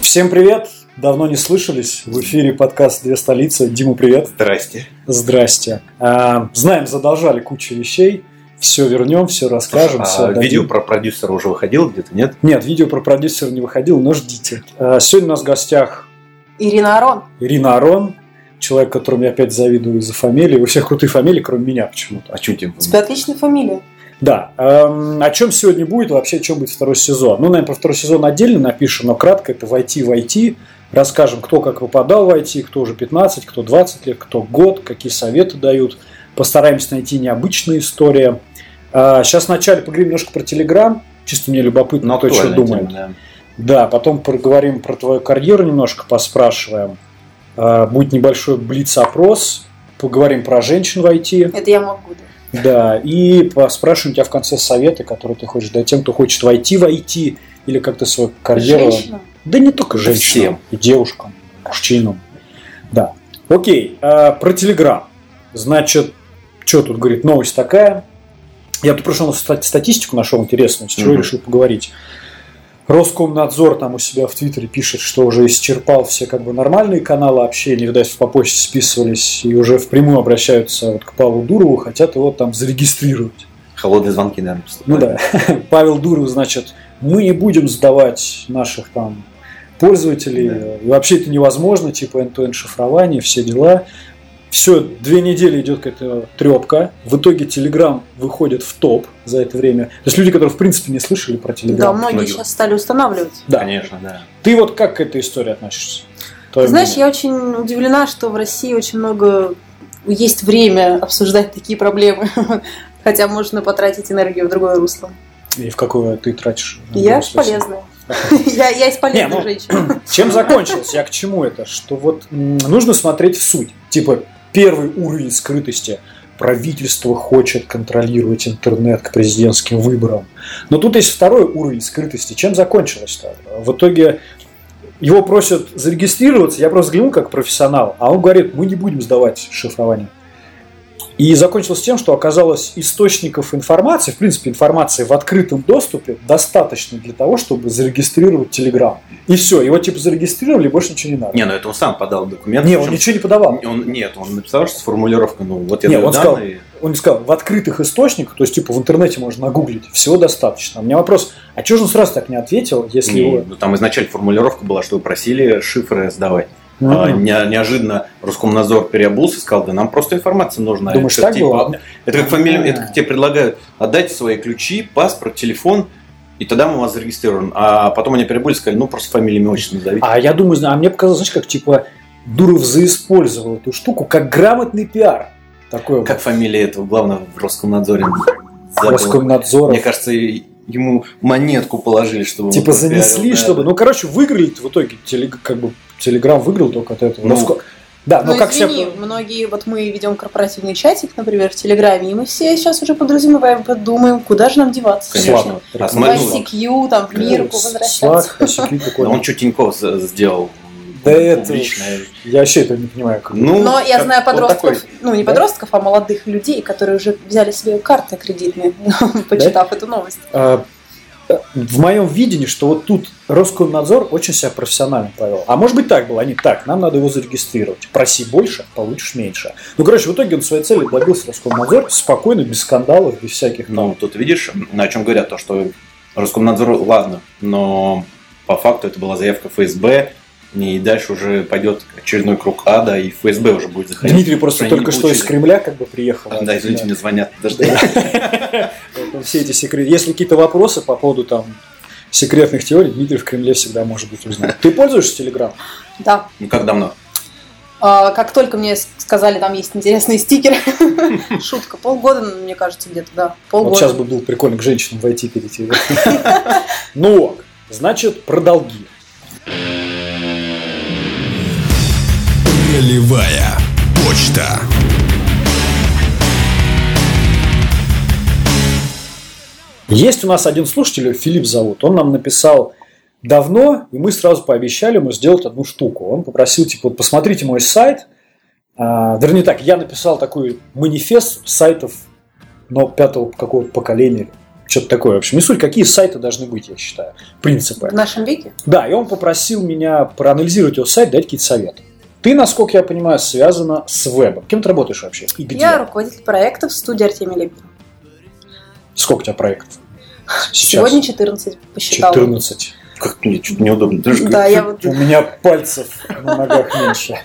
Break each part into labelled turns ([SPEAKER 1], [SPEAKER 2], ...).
[SPEAKER 1] Всем привет! Давно не слышались. В эфире подкаст «Две столицы». Дима, привет.
[SPEAKER 2] Здрасте.
[SPEAKER 1] Здрасте. А, знаем, задолжали кучу вещей. Все вернем, все расскажем. всё
[SPEAKER 2] А,
[SPEAKER 1] дадим.
[SPEAKER 2] видео про продюсера уже выходило где-то, нет?
[SPEAKER 1] Нет, видео про продюсера не выходило, но ждите. А, сегодня у нас в гостях
[SPEAKER 3] Ирина Арон.
[SPEAKER 1] Ирина Арон, человек, которому я опять завидую за фамилии. У всех крутые фамилии, кроме меня почему-то.
[SPEAKER 2] А что тебе?
[SPEAKER 3] У тебя отличная фамилия.
[SPEAKER 1] Да. эм, о чем сегодня будет, вообще о чем будет второй сезон? Ну, наверное, про второй сезон отдельно напишем, но кратко это войти в IT. Расскажем, кто как выпадал в IT, кто уже 15, кто 20 лет, кто год, какие советы дают. Постараемся найти необычные истории. А, сейчас вначале поговорим немножко про Телеграм. Чисто мне любопытно, кто что
[SPEAKER 2] актуальная
[SPEAKER 1] думает.
[SPEAKER 2] тема, да.
[SPEAKER 1] Да, потом поговорим про твою карьеру немножко, поспрашиваем. А, Будет небольшой блиц-опрос. Поговорим про женщин в IT.
[SPEAKER 3] Это я могу. да.
[SPEAKER 1] Да, и поспрашиваем тебя в конце советы, которые ты хочешь дать тем, кто хочет войти в IT или как-то свою карьеру.
[SPEAKER 3] Женщина.
[SPEAKER 1] Да не только женщинам,
[SPEAKER 2] всем.
[SPEAKER 1] и девушкам, мужчинам. Да. Окей, э, про Телеграм. Значит, что тут говорит, новость такая. Я тут пришел, ста- статистику нашел интересную, с чего
[SPEAKER 2] Мгм.
[SPEAKER 1] решил поговорить. Роскомнадзор там у себя в Твиттере пишет, что уже исчерпал все как бы нормальные каналы общения, видать, по почте списывались и уже впрямую обращаются вот к Павлу Дурову, хотят его там зарегистрировать.
[SPEAKER 2] Холодные звонки, наверное,
[SPEAKER 1] Ну да. Павел Дуров, значит, мы не будем сдавать наших там пользователей.
[SPEAKER 2] Да.
[SPEAKER 1] И вообще это невозможно, типа end шифрование, все дела. Все, две недели идет какая-то трепка. В итоге Telegram выходит в топ за это время. То есть люди, которые в принципе не слышали про Telegram.
[SPEAKER 3] Да, многие
[SPEAKER 2] Многие.
[SPEAKER 3] сейчас стали устанавливать.
[SPEAKER 1] Да.
[SPEAKER 2] Конечно, да.
[SPEAKER 1] Ты вот как к этой истории относишься? Твое
[SPEAKER 3] Знаешь,
[SPEAKER 1] мнение.
[SPEAKER 3] я очень удивлена, что в России очень много есть время обсуждать такие проблемы. Хотя можно потратить энергию в другое русло.
[SPEAKER 1] И в какое ты тратишь?
[SPEAKER 3] Я
[SPEAKER 1] Спасибо.
[SPEAKER 3] полезная. Я, я из
[SPEAKER 1] Ну, Не, ну,
[SPEAKER 3] полезных женщин.
[SPEAKER 1] Чем закончилось? Я к чему это? Что вот м, нужно смотреть в суть. Типа первый уровень скрытости. Правительство хочет контролировать интернет к президентским выборам. Но тут есть второй уровень скрытости. Чем закончилось-то? В итоге его просят зарегистрироваться. Я просто взглянул как профессионал. А он говорит, мы не будем сдавать шифрование. И закончилось тем, что оказалось источников информации, в принципе, информации в открытом доступе достаточно для того, чтобы зарегистрировать Telegram. И все, его типа зарегистрировали, больше ничего не надо.
[SPEAKER 2] Не, ну это он сам подал документ.
[SPEAKER 1] Не, он
[SPEAKER 2] причем-
[SPEAKER 1] ничего не подавал.
[SPEAKER 2] он- нет, он написал, что с формулировкой, ну вот я
[SPEAKER 1] Не,
[SPEAKER 2] даю
[SPEAKER 1] он сказал-
[SPEAKER 2] данные.
[SPEAKER 1] Он сказал, в открытых источниках, то есть типа в интернете можно нагуглить, всего достаточно. У меня вопрос, а чего же он сразу так не ответил, если
[SPEAKER 2] Не,
[SPEAKER 1] его...
[SPEAKER 2] ну, там изначально формулировка была, что вы просили шифры сдавать.
[SPEAKER 1] Ну,
[SPEAKER 2] А, не- неожиданно Роскомнадзор переобулся и сказал, да нам просто информация нужна.
[SPEAKER 1] Думаешь,
[SPEAKER 2] Это типа
[SPEAKER 1] так было?
[SPEAKER 2] Это как фамилия,
[SPEAKER 1] А.
[SPEAKER 2] это как тебе предлагают отдать свои ключи, паспорт, телефон, и тогда мы вас зарегистрируем. А потом они перебыли и сказали, ну просто фамилию, имя, отчество назовите.
[SPEAKER 1] А я думаю, зна- а мне показалось, знаешь, как типа Дуров заиспользовал эту штуку как грамотный пиар. Такое
[SPEAKER 2] Как фамилия этого главного в Роскомнадзоре?
[SPEAKER 1] вот.
[SPEAKER 2] Забыл.
[SPEAKER 1] Роскомнадзора.
[SPEAKER 2] Мне кажется, и- ему монетку положили, чтобы...
[SPEAKER 1] Типа
[SPEAKER 2] он пропиарил,
[SPEAKER 1] занесли,
[SPEAKER 2] да.
[SPEAKER 1] чтобы. Ну, короче, выиграли в итоге. Телег- Как бы Телеграм выиграл только от этого.
[SPEAKER 2] Ну.
[SPEAKER 1] Роско- Да, но
[SPEAKER 3] Ну,
[SPEAKER 1] а как
[SPEAKER 3] извини,
[SPEAKER 1] все.
[SPEAKER 3] многие, вот мы ведем корпоративный чатик, например, в Телеграме, и мы все сейчас уже подразумеваем, подумаем, куда же нам деваться.
[SPEAKER 2] Конечно. А
[SPEAKER 3] В
[SPEAKER 2] Мальну.
[SPEAKER 3] ICQ, там, в Мирку
[SPEAKER 1] Э,
[SPEAKER 3] возвращаться.
[SPEAKER 2] Да он что Тиньков за- сделал?
[SPEAKER 1] Да это
[SPEAKER 2] Публичное.
[SPEAKER 1] уж- Я вообще это не понимаю. как-
[SPEAKER 2] Ну,
[SPEAKER 3] Но я
[SPEAKER 2] как-
[SPEAKER 3] знаю
[SPEAKER 2] вот
[SPEAKER 3] подростков,
[SPEAKER 2] такой.
[SPEAKER 3] ну не
[SPEAKER 1] Да?
[SPEAKER 3] подростков, а молодых людей, которые уже взяли себе карты кредитные, почитав эту новость.
[SPEAKER 1] А, э, В моем видении, что вот тут Роскомнадзор очень себя профессионально повел. А может быть так было, они так, нам надо его зарегистрировать. Проси больше, получишь меньше. Ну, короче, в итоге он своей цели добился Роскомнадзор спокойно, без скандалов, без всяких там.
[SPEAKER 2] Ну, тут видишь, о чем говорят, то, что Роскомнадзор, ладно, но по факту это была заявка ФСБ, и дальше уже пойдет очередной круг ада, и ФСБ уже будет заходить.
[SPEAKER 1] Дмитрий просто
[SPEAKER 2] Они не
[SPEAKER 1] только что из
[SPEAKER 2] получили.
[SPEAKER 1] Кремля как бы приехал.
[SPEAKER 2] А, Да, извините, мне звонят. Подожди.
[SPEAKER 1] Поэтому все эти секреты. Если какие-то вопросы по поводу там секретных теорий, Дмитрий в Кремле всегда может быть узнать. Ты пользуешься Телеграм?
[SPEAKER 3] Да.
[SPEAKER 2] Ну, как давно?
[SPEAKER 3] А, Как только мне с- сказали, там есть интересные стикеры, шутка, полгода, мне кажется, где-то, да,
[SPEAKER 1] Вот сейчас
[SPEAKER 3] полгода.
[SPEAKER 1] бы было прикольно к женщинам войти перейти. Ну, ок. значит, про долги.
[SPEAKER 4] Полевая почта.
[SPEAKER 1] Есть у нас один слушатель, его Филипп зовут, он нам написал давно, и мы сразу пообещали ему сделать одну штуку. Он попросил, типа, вот посмотрите мой сайт, А, вернее так, я написал такой манифест сайтов но пятого какого-то поколения, что-то такое. В общем, не суть, какие сайты должны быть, я считаю, принципы.
[SPEAKER 3] В нашем веке?
[SPEAKER 1] Да, и он попросил меня проанализировать его сайт, дать какие-то советы. Ты, насколько я понимаю, связана с вебом. Кем ты работаешь вообще? И где?
[SPEAKER 3] Я руководитель проектов в студии Артемия Лебедева.
[SPEAKER 1] Сколько у тебя проектов? Сейчас.
[SPEAKER 3] Сегодня 14 посчитала.
[SPEAKER 1] 14.
[SPEAKER 2] Как мне чуть неудобно. Ты же-
[SPEAKER 3] Да, я вот...
[SPEAKER 1] У меня пальцев на ногах меньше.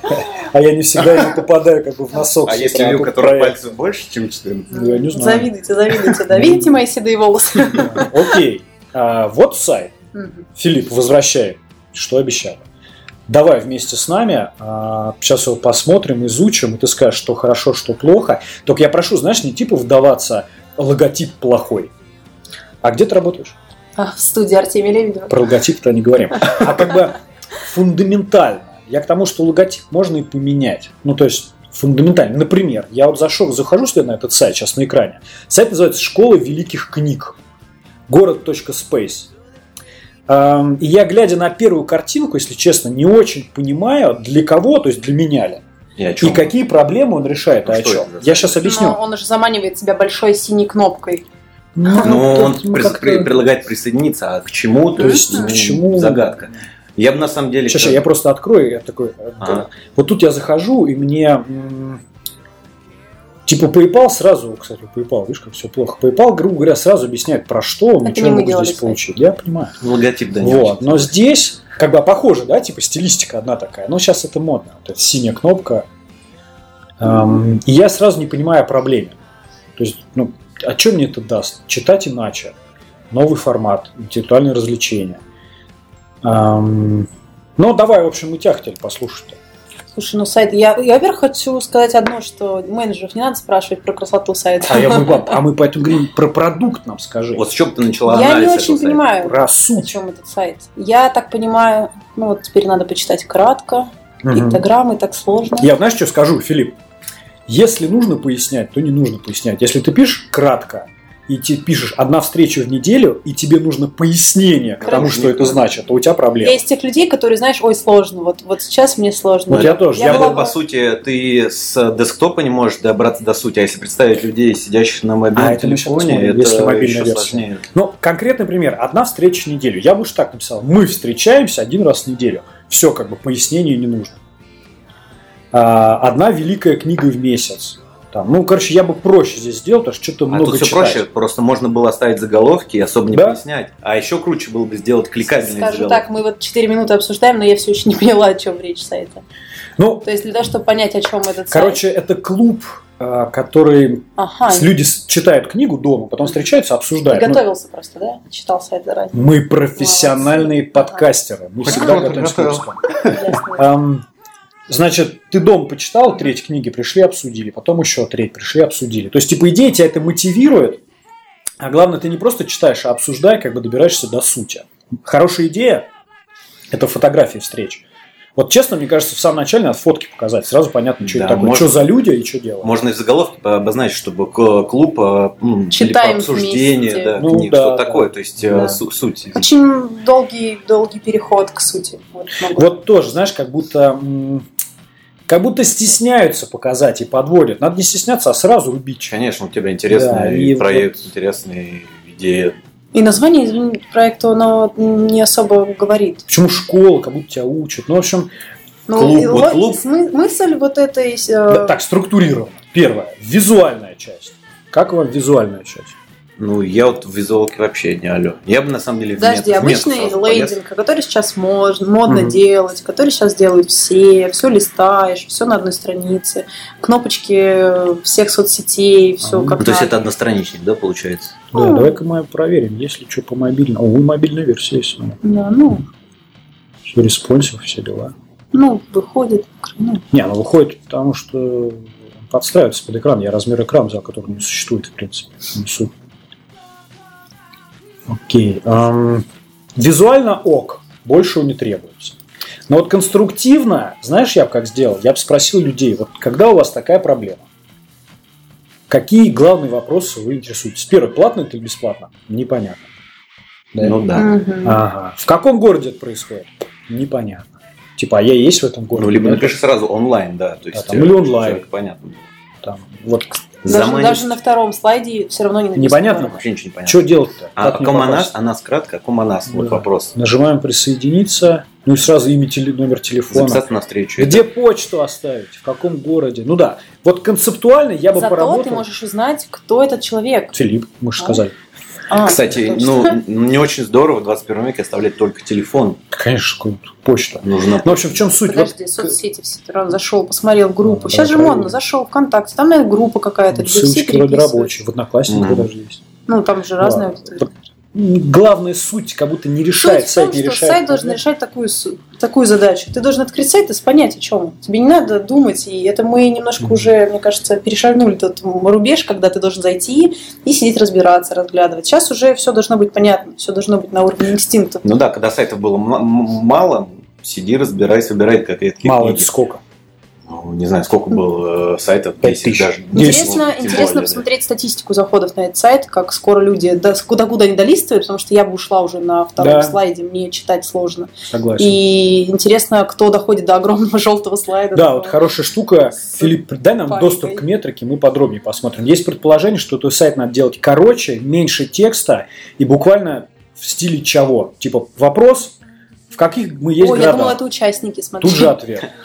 [SPEAKER 1] А я не всегда не попадаю как бы в носок.
[SPEAKER 2] А
[SPEAKER 1] с
[SPEAKER 2] если
[SPEAKER 1] утра,
[SPEAKER 2] люди, у
[SPEAKER 1] тут
[SPEAKER 2] которых
[SPEAKER 1] проект.
[SPEAKER 2] пальцев больше, чем 14?
[SPEAKER 1] Ну, Я не знаю.
[SPEAKER 3] Завидуйте, завидуйте, да. Видите мои седые волосы?
[SPEAKER 1] Окей. А, Вот сайт.
[SPEAKER 3] Мгм.
[SPEAKER 1] Филипп, возвращай, что обещал. Давай вместе с нами, а, сейчас его посмотрим, изучим, и ты скажешь, что хорошо, что плохо. Только я прошу, знаешь, не типа вдаваться, логотип плохой. А где ты работаешь?
[SPEAKER 3] А, В студии Артемия Лебедева.
[SPEAKER 1] Про логотип-то не говорим. А как бы фундаментально. Я к тому, что логотип можно и поменять. Ну, то есть фундаментально. Например, я вот зашел, захожу сюда на этот сайт, сейчас на экране. Сайт называется «Школа великих книг». Город.space. Эм, И я, глядя на первую картинку, если честно, не очень понимаю, для кого, то есть для меня ли,
[SPEAKER 2] Я о
[SPEAKER 1] и
[SPEAKER 2] чем?
[SPEAKER 1] какие проблемы он решает,
[SPEAKER 2] Ну,
[SPEAKER 1] а о
[SPEAKER 2] что
[SPEAKER 1] чем.
[SPEAKER 2] это за
[SPEAKER 1] Я сейчас объясню.
[SPEAKER 3] Но он уже заманивает себя большой синей кнопкой.
[SPEAKER 2] Ну,
[SPEAKER 1] как-
[SPEAKER 2] он
[SPEAKER 1] ну,
[SPEAKER 2] при-
[SPEAKER 1] как-то-
[SPEAKER 2] при- предлагает присоединиться, а к чему?
[SPEAKER 1] То есть,
[SPEAKER 2] ну,
[SPEAKER 1] к чему?
[SPEAKER 2] Загадка. Я бы а, на самом деле...
[SPEAKER 1] Сейчас, я просто открою, я такой. э,
[SPEAKER 2] Ага.
[SPEAKER 1] Вот тут я захожу, и мне м, типа PayPal сразу, кстати, PayPal, видишь, как все плохо. PayPal, грубо говоря, сразу объясняет, про что он,
[SPEAKER 3] Это
[SPEAKER 1] ничего не
[SPEAKER 3] не мы
[SPEAKER 1] могу
[SPEAKER 3] делали
[SPEAKER 1] здесь
[SPEAKER 3] сайт.
[SPEAKER 1] получить. Я понимаю.
[SPEAKER 2] ну, Логотип, да, не
[SPEAKER 1] вот. Но здесь, как бы похоже, да, типа стилистика одна такая. Но сейчас это модно. Вот эта синяя кнопка. Эм, и я сразу не понимаю о проблеме. То есть, ну, о чем мне это даст? Читать иначе. Новый формат, интеллектуальные развлечения. Эм, ну, давай, в общем, и тебя хотели послушать.
[SPEAKER 3] Слушай, ну сайт... Я, я, во-первых, хочу сказать одно, что менеджеров не надо спрашивать про красоту сайта.
[SPEAKER 1] А, я бы- а мы поэтому говорим про продукт нам скажи.
[SPEAKER 2] Вот с чем ты начала
[SPEAKER 3] Я не
[SPEAKER 2] анализ
[SPEAKER 3] очень
[SPEAKER 2] этого сайта?
[SPEAKER 3] понимаю,
[SPEAKER 1] про
[SPEAKER 3] о
[SPEAKER 1] суть.
[SPEAKER 3] чем этот сайт. Я так понимаю, ну вот теперь надо почитать кратко.
[SPEAKER 1] Мгм.
[SPEAKER 3] Пиктограммы так сложно.
[SPEAKER 1] Я знаешь, что скажу, Филипп? Если нужно пояснять, то не нужно пояснять. Если ты пишешь кратко, и ты пишешь одна встреча в неделю, и тебе нужно пояснение к
[SPEAKER 3] Короче,
[SPEAKER 1] тому, что это значит, то у тебя
[SPEAKER 3] Я
[SPEAKER 1] проблема.
[SPEAKER 3] из тех людей, которые, знаешь, ой, сложно, вот, вот сейчас мне сложно.
[SPEAKER 1] Вот я тоже.
[SPEAKER 3] Я
[SPEAKER 1] Я
[SPEAKER 3] была
[SPEAKER 2] Это,
[SPEAKER 1] был-
[SPEAKER 3] бы-
[SPEAKER 2] по сути, ты с десктопа не можешь добраться до сути, а если представить людей, сидящих на мобильном
[SPEAKER 1] А, это мы сейчас
[SPEAKER 2] телефоне,
[SPEAKER 1] посмотрим,
[SPEAKER 2] это
[SPEAKER 1] если мобильная
[SPEAKER 2] еще
[SPEAKER 1] версия.
[SPEAKER 2] сложнее.
[SPEAKER 1] Ну, конкретный пример. Одна встреча в неделю. Я бы уж так написал. Мы встречаемся один раз в неделю. Все, как бы, пояснение не нужно. А, Одна великая книга в месяц. Там, ну, короче, я бы проще здесь сделал, потому что что-то
[SPEAKER 2] А
[SPEAKER 1] много
[SPEAKER 2] тут все
[SPEAKER 1] читать.
[SPEAKER 2] проще, просто можно было оставить заголовки и особо не
[SPEAKER 1] Да.
[SPEAKER 2] пояснять. А еще круче было бы сделать кликабельные
[SPEAKER 3] Скажу
[SPEAKER 2] заголовки.
[SPEAKER 3] так, мы вот 4 минуты обсуждаем, но я все еще не поняла, о чем речь сайта.
[SPEAKER 1] Ну,
[SPEAKER 3] То есть для того, чтобы понять, о чем этот сайт.
[SPEAKER 1] Короче, это клуб, а, который
[SPEAKER 3] Ага,
[SPEAKER 1] с- люди с- читают книгу дома, потом встречаются,
[SPEAKER 3] ты
[SPEAKER 1] обсуждают. Ну,
[SPEAKER 3] готовился просто, да? Читал сайт заранее.
[SPEAKER 1] мы профессиональные
[SPEAKER 3] Молодцы.
[SPEAKER 1] подкастеры. Мы
[SPEAKER 2] Хоть
[SPEAKER 1] всегда
[SPEAKER 2] кто-то
[SPEAKER 1] готовимся к
[SPEAKER 2] готовил.
[SPEAKER 1] выпускам.
[SPEAKER 3] Ясно.
[SPEAKER 1] Ам, Эм, Значит, ты дом почитал, треть книги пришли, обсудили, потом еще треть пришли, обсудили. То есть, типа, идея тебя это мотивирует, а главное, ты не просто читаешь, а обсуждай, как бы добираешься до сути. Хорошая идея – это фотографии встреч. Вот честно, мне кажется, в самом начале надо фотки показать, сразу понятно, что
[SPEAKER 2] Да,
[SPEAKER 1] это такое,
[SPEAKER 2] можно.
[SPEAKER 1] что за люди и что делать.
[SPEAKER 2] Можно и в заголовке обозначить, чтобы к- клуб э, м, или по
[SPEAKER 3] Читаем
[SPEAKER 2] обсуждение,
[SPEAKER 3] вместе.
[SPEAKER 2] да,
[SPEAKER 1] Ну
[SPEAKER 2] книг,
[SPEAKER 1] да,
[SPEAKER 2] что
[SPEAKER 1] да.
[SPEAKER 2] такое, то есть э,
[SPEAKER 3] Да. А
[SPEAKER 2] су- суть.
[SPEAKER 3] Очень долгий, долгий переход к сути. Вот могу.
[SPEAKER 1] Вот тоже, знаешь, как будто м, как будто стесняются показать и подводят. Надо не стесняться, а сразу рубить. чё.
[SPEAKER 2] Конечно, у тебя интересный
[SPEAKER 1] Да, и
[SPEAKER 2] проект, интересные идеи.
[SPEAKER 3] И название, извини, проекта, оно не особо говорит.
[SPEAKER 1] Почему школа, как будто тебя учат. Ну, в общем,
[SPEAKER 3] Ну,
[SPEAKER 2] Клуб,
[SPEAKER 3] и
[SPEAKER 2] вот
[SPEAKER 3] ло-
[SPEAKER 2] клуб.
[SPEAKER 3] смы- мысль вот этой... э,
[SPEAKER 1] да, так структурировано. Первое. Визуальная часть. Как вам визуальная часть?
[SPEAKER 2] Ну, я вот в визуалке вообще не алё. Я бы на самом деле... в
[SPEAKER 3] Подожди,
[SPEAKER 2] мету- в мету
[SPEAKER 3] обычный
[SPEAKER 2] сразу полез.
[SPEAKER 3] лейдинг, который сейчас можно, модно
[SPEAKER 1] Мгм.
[SPEAKER 3] делать, который сейчас делают все, все листаешь, все на одной странице, кнопочки э, всех соцсетей, все
[SPEAKER 1] А,
[SPEAKER 3] как
[SPEAKER 2] Ну, то есть
[SPEAKER 3] надо.
[SPEAKER 2] это одностраничник, да, получается?
[SPEAKER 1] Да,
[SPEAKER 3] М.
[SPEAKER 1] давай-ка мы проверим, есть ли что по мобильному. О, у мобильная версия есть. ну,
[SPEAKER 3] Да, ну,
[SPEAKER 1] Все респонсив, все дела.
[SPEAKER 3] ну, выходит. ну,
[SPEAKER 1] Не, она выходит потому, что подстраивается под экран. Я размер экрана взял, который не существует, в принципе. Не суть. Окей. Ам, визуально ок. Большего не требуется. Но вот конструктивно, знаешь, я бы как сделал? Я бы спросил людей, вот когда у вас такая проблема? Какие главные вопросы вы интересуетесь? Первый, платно это или бесплатно? Непонятно. Да.
[SPEAKER 2] Ну да.
[SPEAKER 3] мгм.
[SPEAKER 1] Ага. В каком городе это происходит? Непонятно. Типа, а я есть в этом городе?
[SPEAKER 2] Ну, либо
[SPEAKER 1] Нет?
[SPEAKER 2] напиши сразу онлайн, да. То
[SPEAKER 1] Да,
[SPEAKER 2] есть,
[SPEAKER 1] там
[SPEAKER 2] э,
[SPEAKER 1] или онлайн.
[SPEAKER 2] человек, Понятно.
[SPEAKER 1] Там, вот
[SPEAKER 3] Даже,
[SPEAKER 2] заманишь-
[SPEAKER 3] даже на втором слайде все равно не написано.
[SPEAKER 1] Непонятно?
[SPEAKER 2] Вообще ничего не понятно.
[SPEAKER 1] Что делать-то?
[SPEAKER 2] А
[SPEAKER 1] Как
[SPEAKER 2] о
[SPEAKER 1] не
[SPEAKER 2] ком о нас?
[SPEAKER 1] попасть?
[SPEAKER 2] О нас кратко, о ком о нас? Вот
[SPEAKER 1] Да.
[SPEAKER 2] вопрос.
[SPEAKER 1] Нажимаем присоединиться, ну и сразу имя, теле- номер телефона.
[SPEAKER 2] Записаться на встречу.
[SPEAKER 1] Где почту оставить? В каком городе? Ну да. Вот концептуально я бы
[SPEAKER 3] Зато
[SPEAKER 1] поработал.
[SPEAKER 3] ты можешь узнать, кто этот человек.
[SPEAKER 1] Филипп, мы же
[SPEAKER 3] А.
[SPEAKER 1] сказали.
[SPEAKER 3] А,
[SPEAKER 2] Кстати,
[SPEAKER 3] точно.
[SPEAKER 2] ну, не очень здорово в 21 веке оставлять только телефон.
[SPEAKER 1] Конечно, какую-то почту.
[SPEAKER 2] Нужно...
[SPEAKER 1] Ну, в общем, в чем суть? Вот
[SPEAKER 3] Подожди, соцсети все равно зашел, посмотрел группу.
[SPEAKER 1] Ну,
[SPEAKER 3] Сейчас
[SPEAKER 1] да,
[SPEAKER 3] же
[SPEAKER 1] правильно.
[SPEAKER 3] модно, зашел ВКонтакте, там, наверное, группа какая-то, где все
[SPEAKER 1] ссылочки вроде
[SPEAKER 3] переписываются.
[SPEAKER 1] рабочие, в Одноклассниках
[SPEAKER 2] Мгм.
[SPEAKER 1] даже есть.
[SPEAKER 3] Ну, там же разные
[SPEAKER 1] Ладно.
[SPEAKER 3] аудитории.
[SPEAKER 1] Вот Главная суть как будто не решает,
[SPEAKER 3] Суть в том,
[SPEAKER 1] сайт не
[SPEAKER 3] что
[SPEAKER 1] решает.
[SPEAKER 3] сайт должен решать такую, с- такую задачу. Ты должен открыть сайт и с- понять, о чем. Тебе не надо думать, и это мы немножко
[SPEAKER 1] Мгм.
[SPEAKER 3] уже, мне кажется, перешагнули тот рубеж, когда ты должен зайти и сидеть разбираться, разглядывать. Сейчас уже все должно быть понятно, все должно быть на уровне инстинкта.
[SPEAKER 2] Ну да, когда сайтов было м- м- мало, сиди, разбирайся, выбирай какие-то книги.
[SPEAKER 1] Мало это сколько?
[SPEAKER 2] Ну, Не знаю, сколько было э, сайтов,
[SPEAKER 1] Пять
[SPEAKER 2] 10
[SPEAKER 1] тысяч.
[SPEAKER 2] даже. Ну,
[SPEAKER 3] Интересно,
[SPEAKER 2] Тем
[SPEAKER 3] интересно
[SPEAKER 2] более,
[SPEAKER 3] посмотреть статистику заходов на этот сайт, как скоро люди, да, куда куда они долистывают, потому что я бы ушла уже на втором
[SPEAKER 1] Да.
[SPEAKER 3] слайде, мне читать сложно.
[SPEAKER 1] Согласен.
[SPEAKER 3] И интересно, кто доходит до огромного желтого слайда.
[SPEAKER 1] Да, вот хорошая штука.
[SPEAKER 3] С
[SPEAKER 1] Филипп, дай нам
[SPEAKER 3] папикой.
[SPEAKER 1] доступ к метрике, мы подробнее посмотрим. Есть предположение, что твой сайт надо делать короче, меньше текста и буквально в стиле чего? Типа вопрос, в каких мы есть
[SPEAKER 3] Ой, я думала,
[SPEAKER 1] городах?
[SPEAKER 3] это участники, смотри.
[SPEAKER 1] Тут же ответ.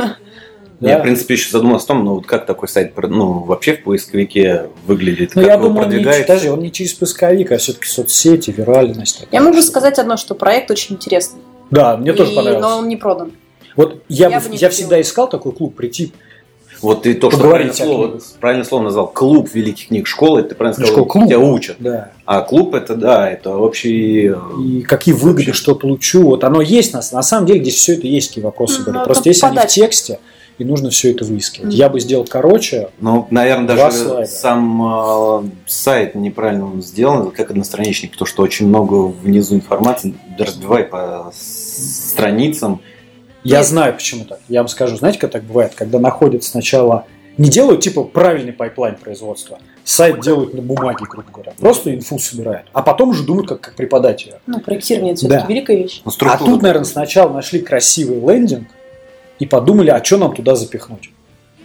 [SPEAKER 2] Я,
[SPEAKER 1] Да.
[SPEAKER 2] в принципе, еще задумался о том, ну, вот как такой сайт про- ну, вообще в поисковике выглядит,
[SPEAKER 1] Ну,
[SPEAKER 2] как
[SPEAKER 1] я
[SPEAKER 2] его
[SPEAKER 1] думаю, он не,
[SPEAKER 2] продвигается.
[SPEAKER 1] подожди, он не через поисковик, а все-таки соцсети, виральность.
[SPEAKER 3] Я могу сказать одно, что проект очень интересный.
[SPEAKER 1] Да, мне тоже
[SPEAKER 3] И-
[SPEAKER 1] понравилось.
[SPEAKER 3] Но он не продан.
[SPEAKER 1] Вот я,
[SPEAKER 3] Я
[SPEAKER 1] бы-
[SPEAKER 3] бы не
[SPEAKER 1] я
[SPEAKER 3] купила.
[SPEAKER 1] всегда искал такой клуб прийти.
[SPEAKER 2] Вот и то, что правильно
[SPEAKER 1] Поговорить о
[SPEAKER 2] слово,
[SPEAKER 1] книгах.
[SPEAKER 2] правильно слово назвал, клуб великих книг, школа, это ты правильно
[SPEAKER 1] Ну,
[SPEAKER 2] сказал,
[SPEAKER 1] школа, клуб.
[SPEAKER 2] тебя учат.
[SPEAKER 1] Да.
[SPEAKER 2] А клуб это, да, это общий... э,
[SPEAKER 1] И какие выгоды,
[SPEAKER 2] Вообще.
[SPEAKER 1] что получу. Вот оно есть нас. На самом деле здесь все это есть, какие вопросы
[SPEAKER 3] Ну,
[SPEAKER 1] были.
[SPEAKER 3] это
[SPEAKER 1] Просто есть они в
[SPEAKER 3] подача.
[SPEAKER 1] тексте, и нужно все это выискивать.
[SPEAKER 3] Мгм.
[SPEAKER 1] Я бы сделал короче.
[SPEAKER 2] Ну, наверное,
[SPEAKER 1] Два слайда.
[SPEAKER 2] даже сам э, сайт неправильно он сделан, как одностраничник, потому что очень много внизу информации, разбивай по с- страницам.
[SPEAKER 1] Я
[SPEAKER 3] Нет.
[SPEAKER 1] знаю, почему так. Я вам скажу, знаете, как так бывает, когда находят сначала не делают типа правильный пайплайн производства. Сайт делают на бумаге, грубо говоря. Просто инфу собирают. А потом уже думают, как, как преподать ее.
[SPEAKER 3] Ну, проектирование это
[SPEAKER 1] Да.
[SPEAKER 3] все-таки великая вещь.
[SPEAKER 2] Ну,
[SPEAKER 1] А
[SPEAKER 2] структуру
[SPEAKER 1] тут, наверное, сначала нашли красивый лендинг и подумали, а что нам туда запихнуть.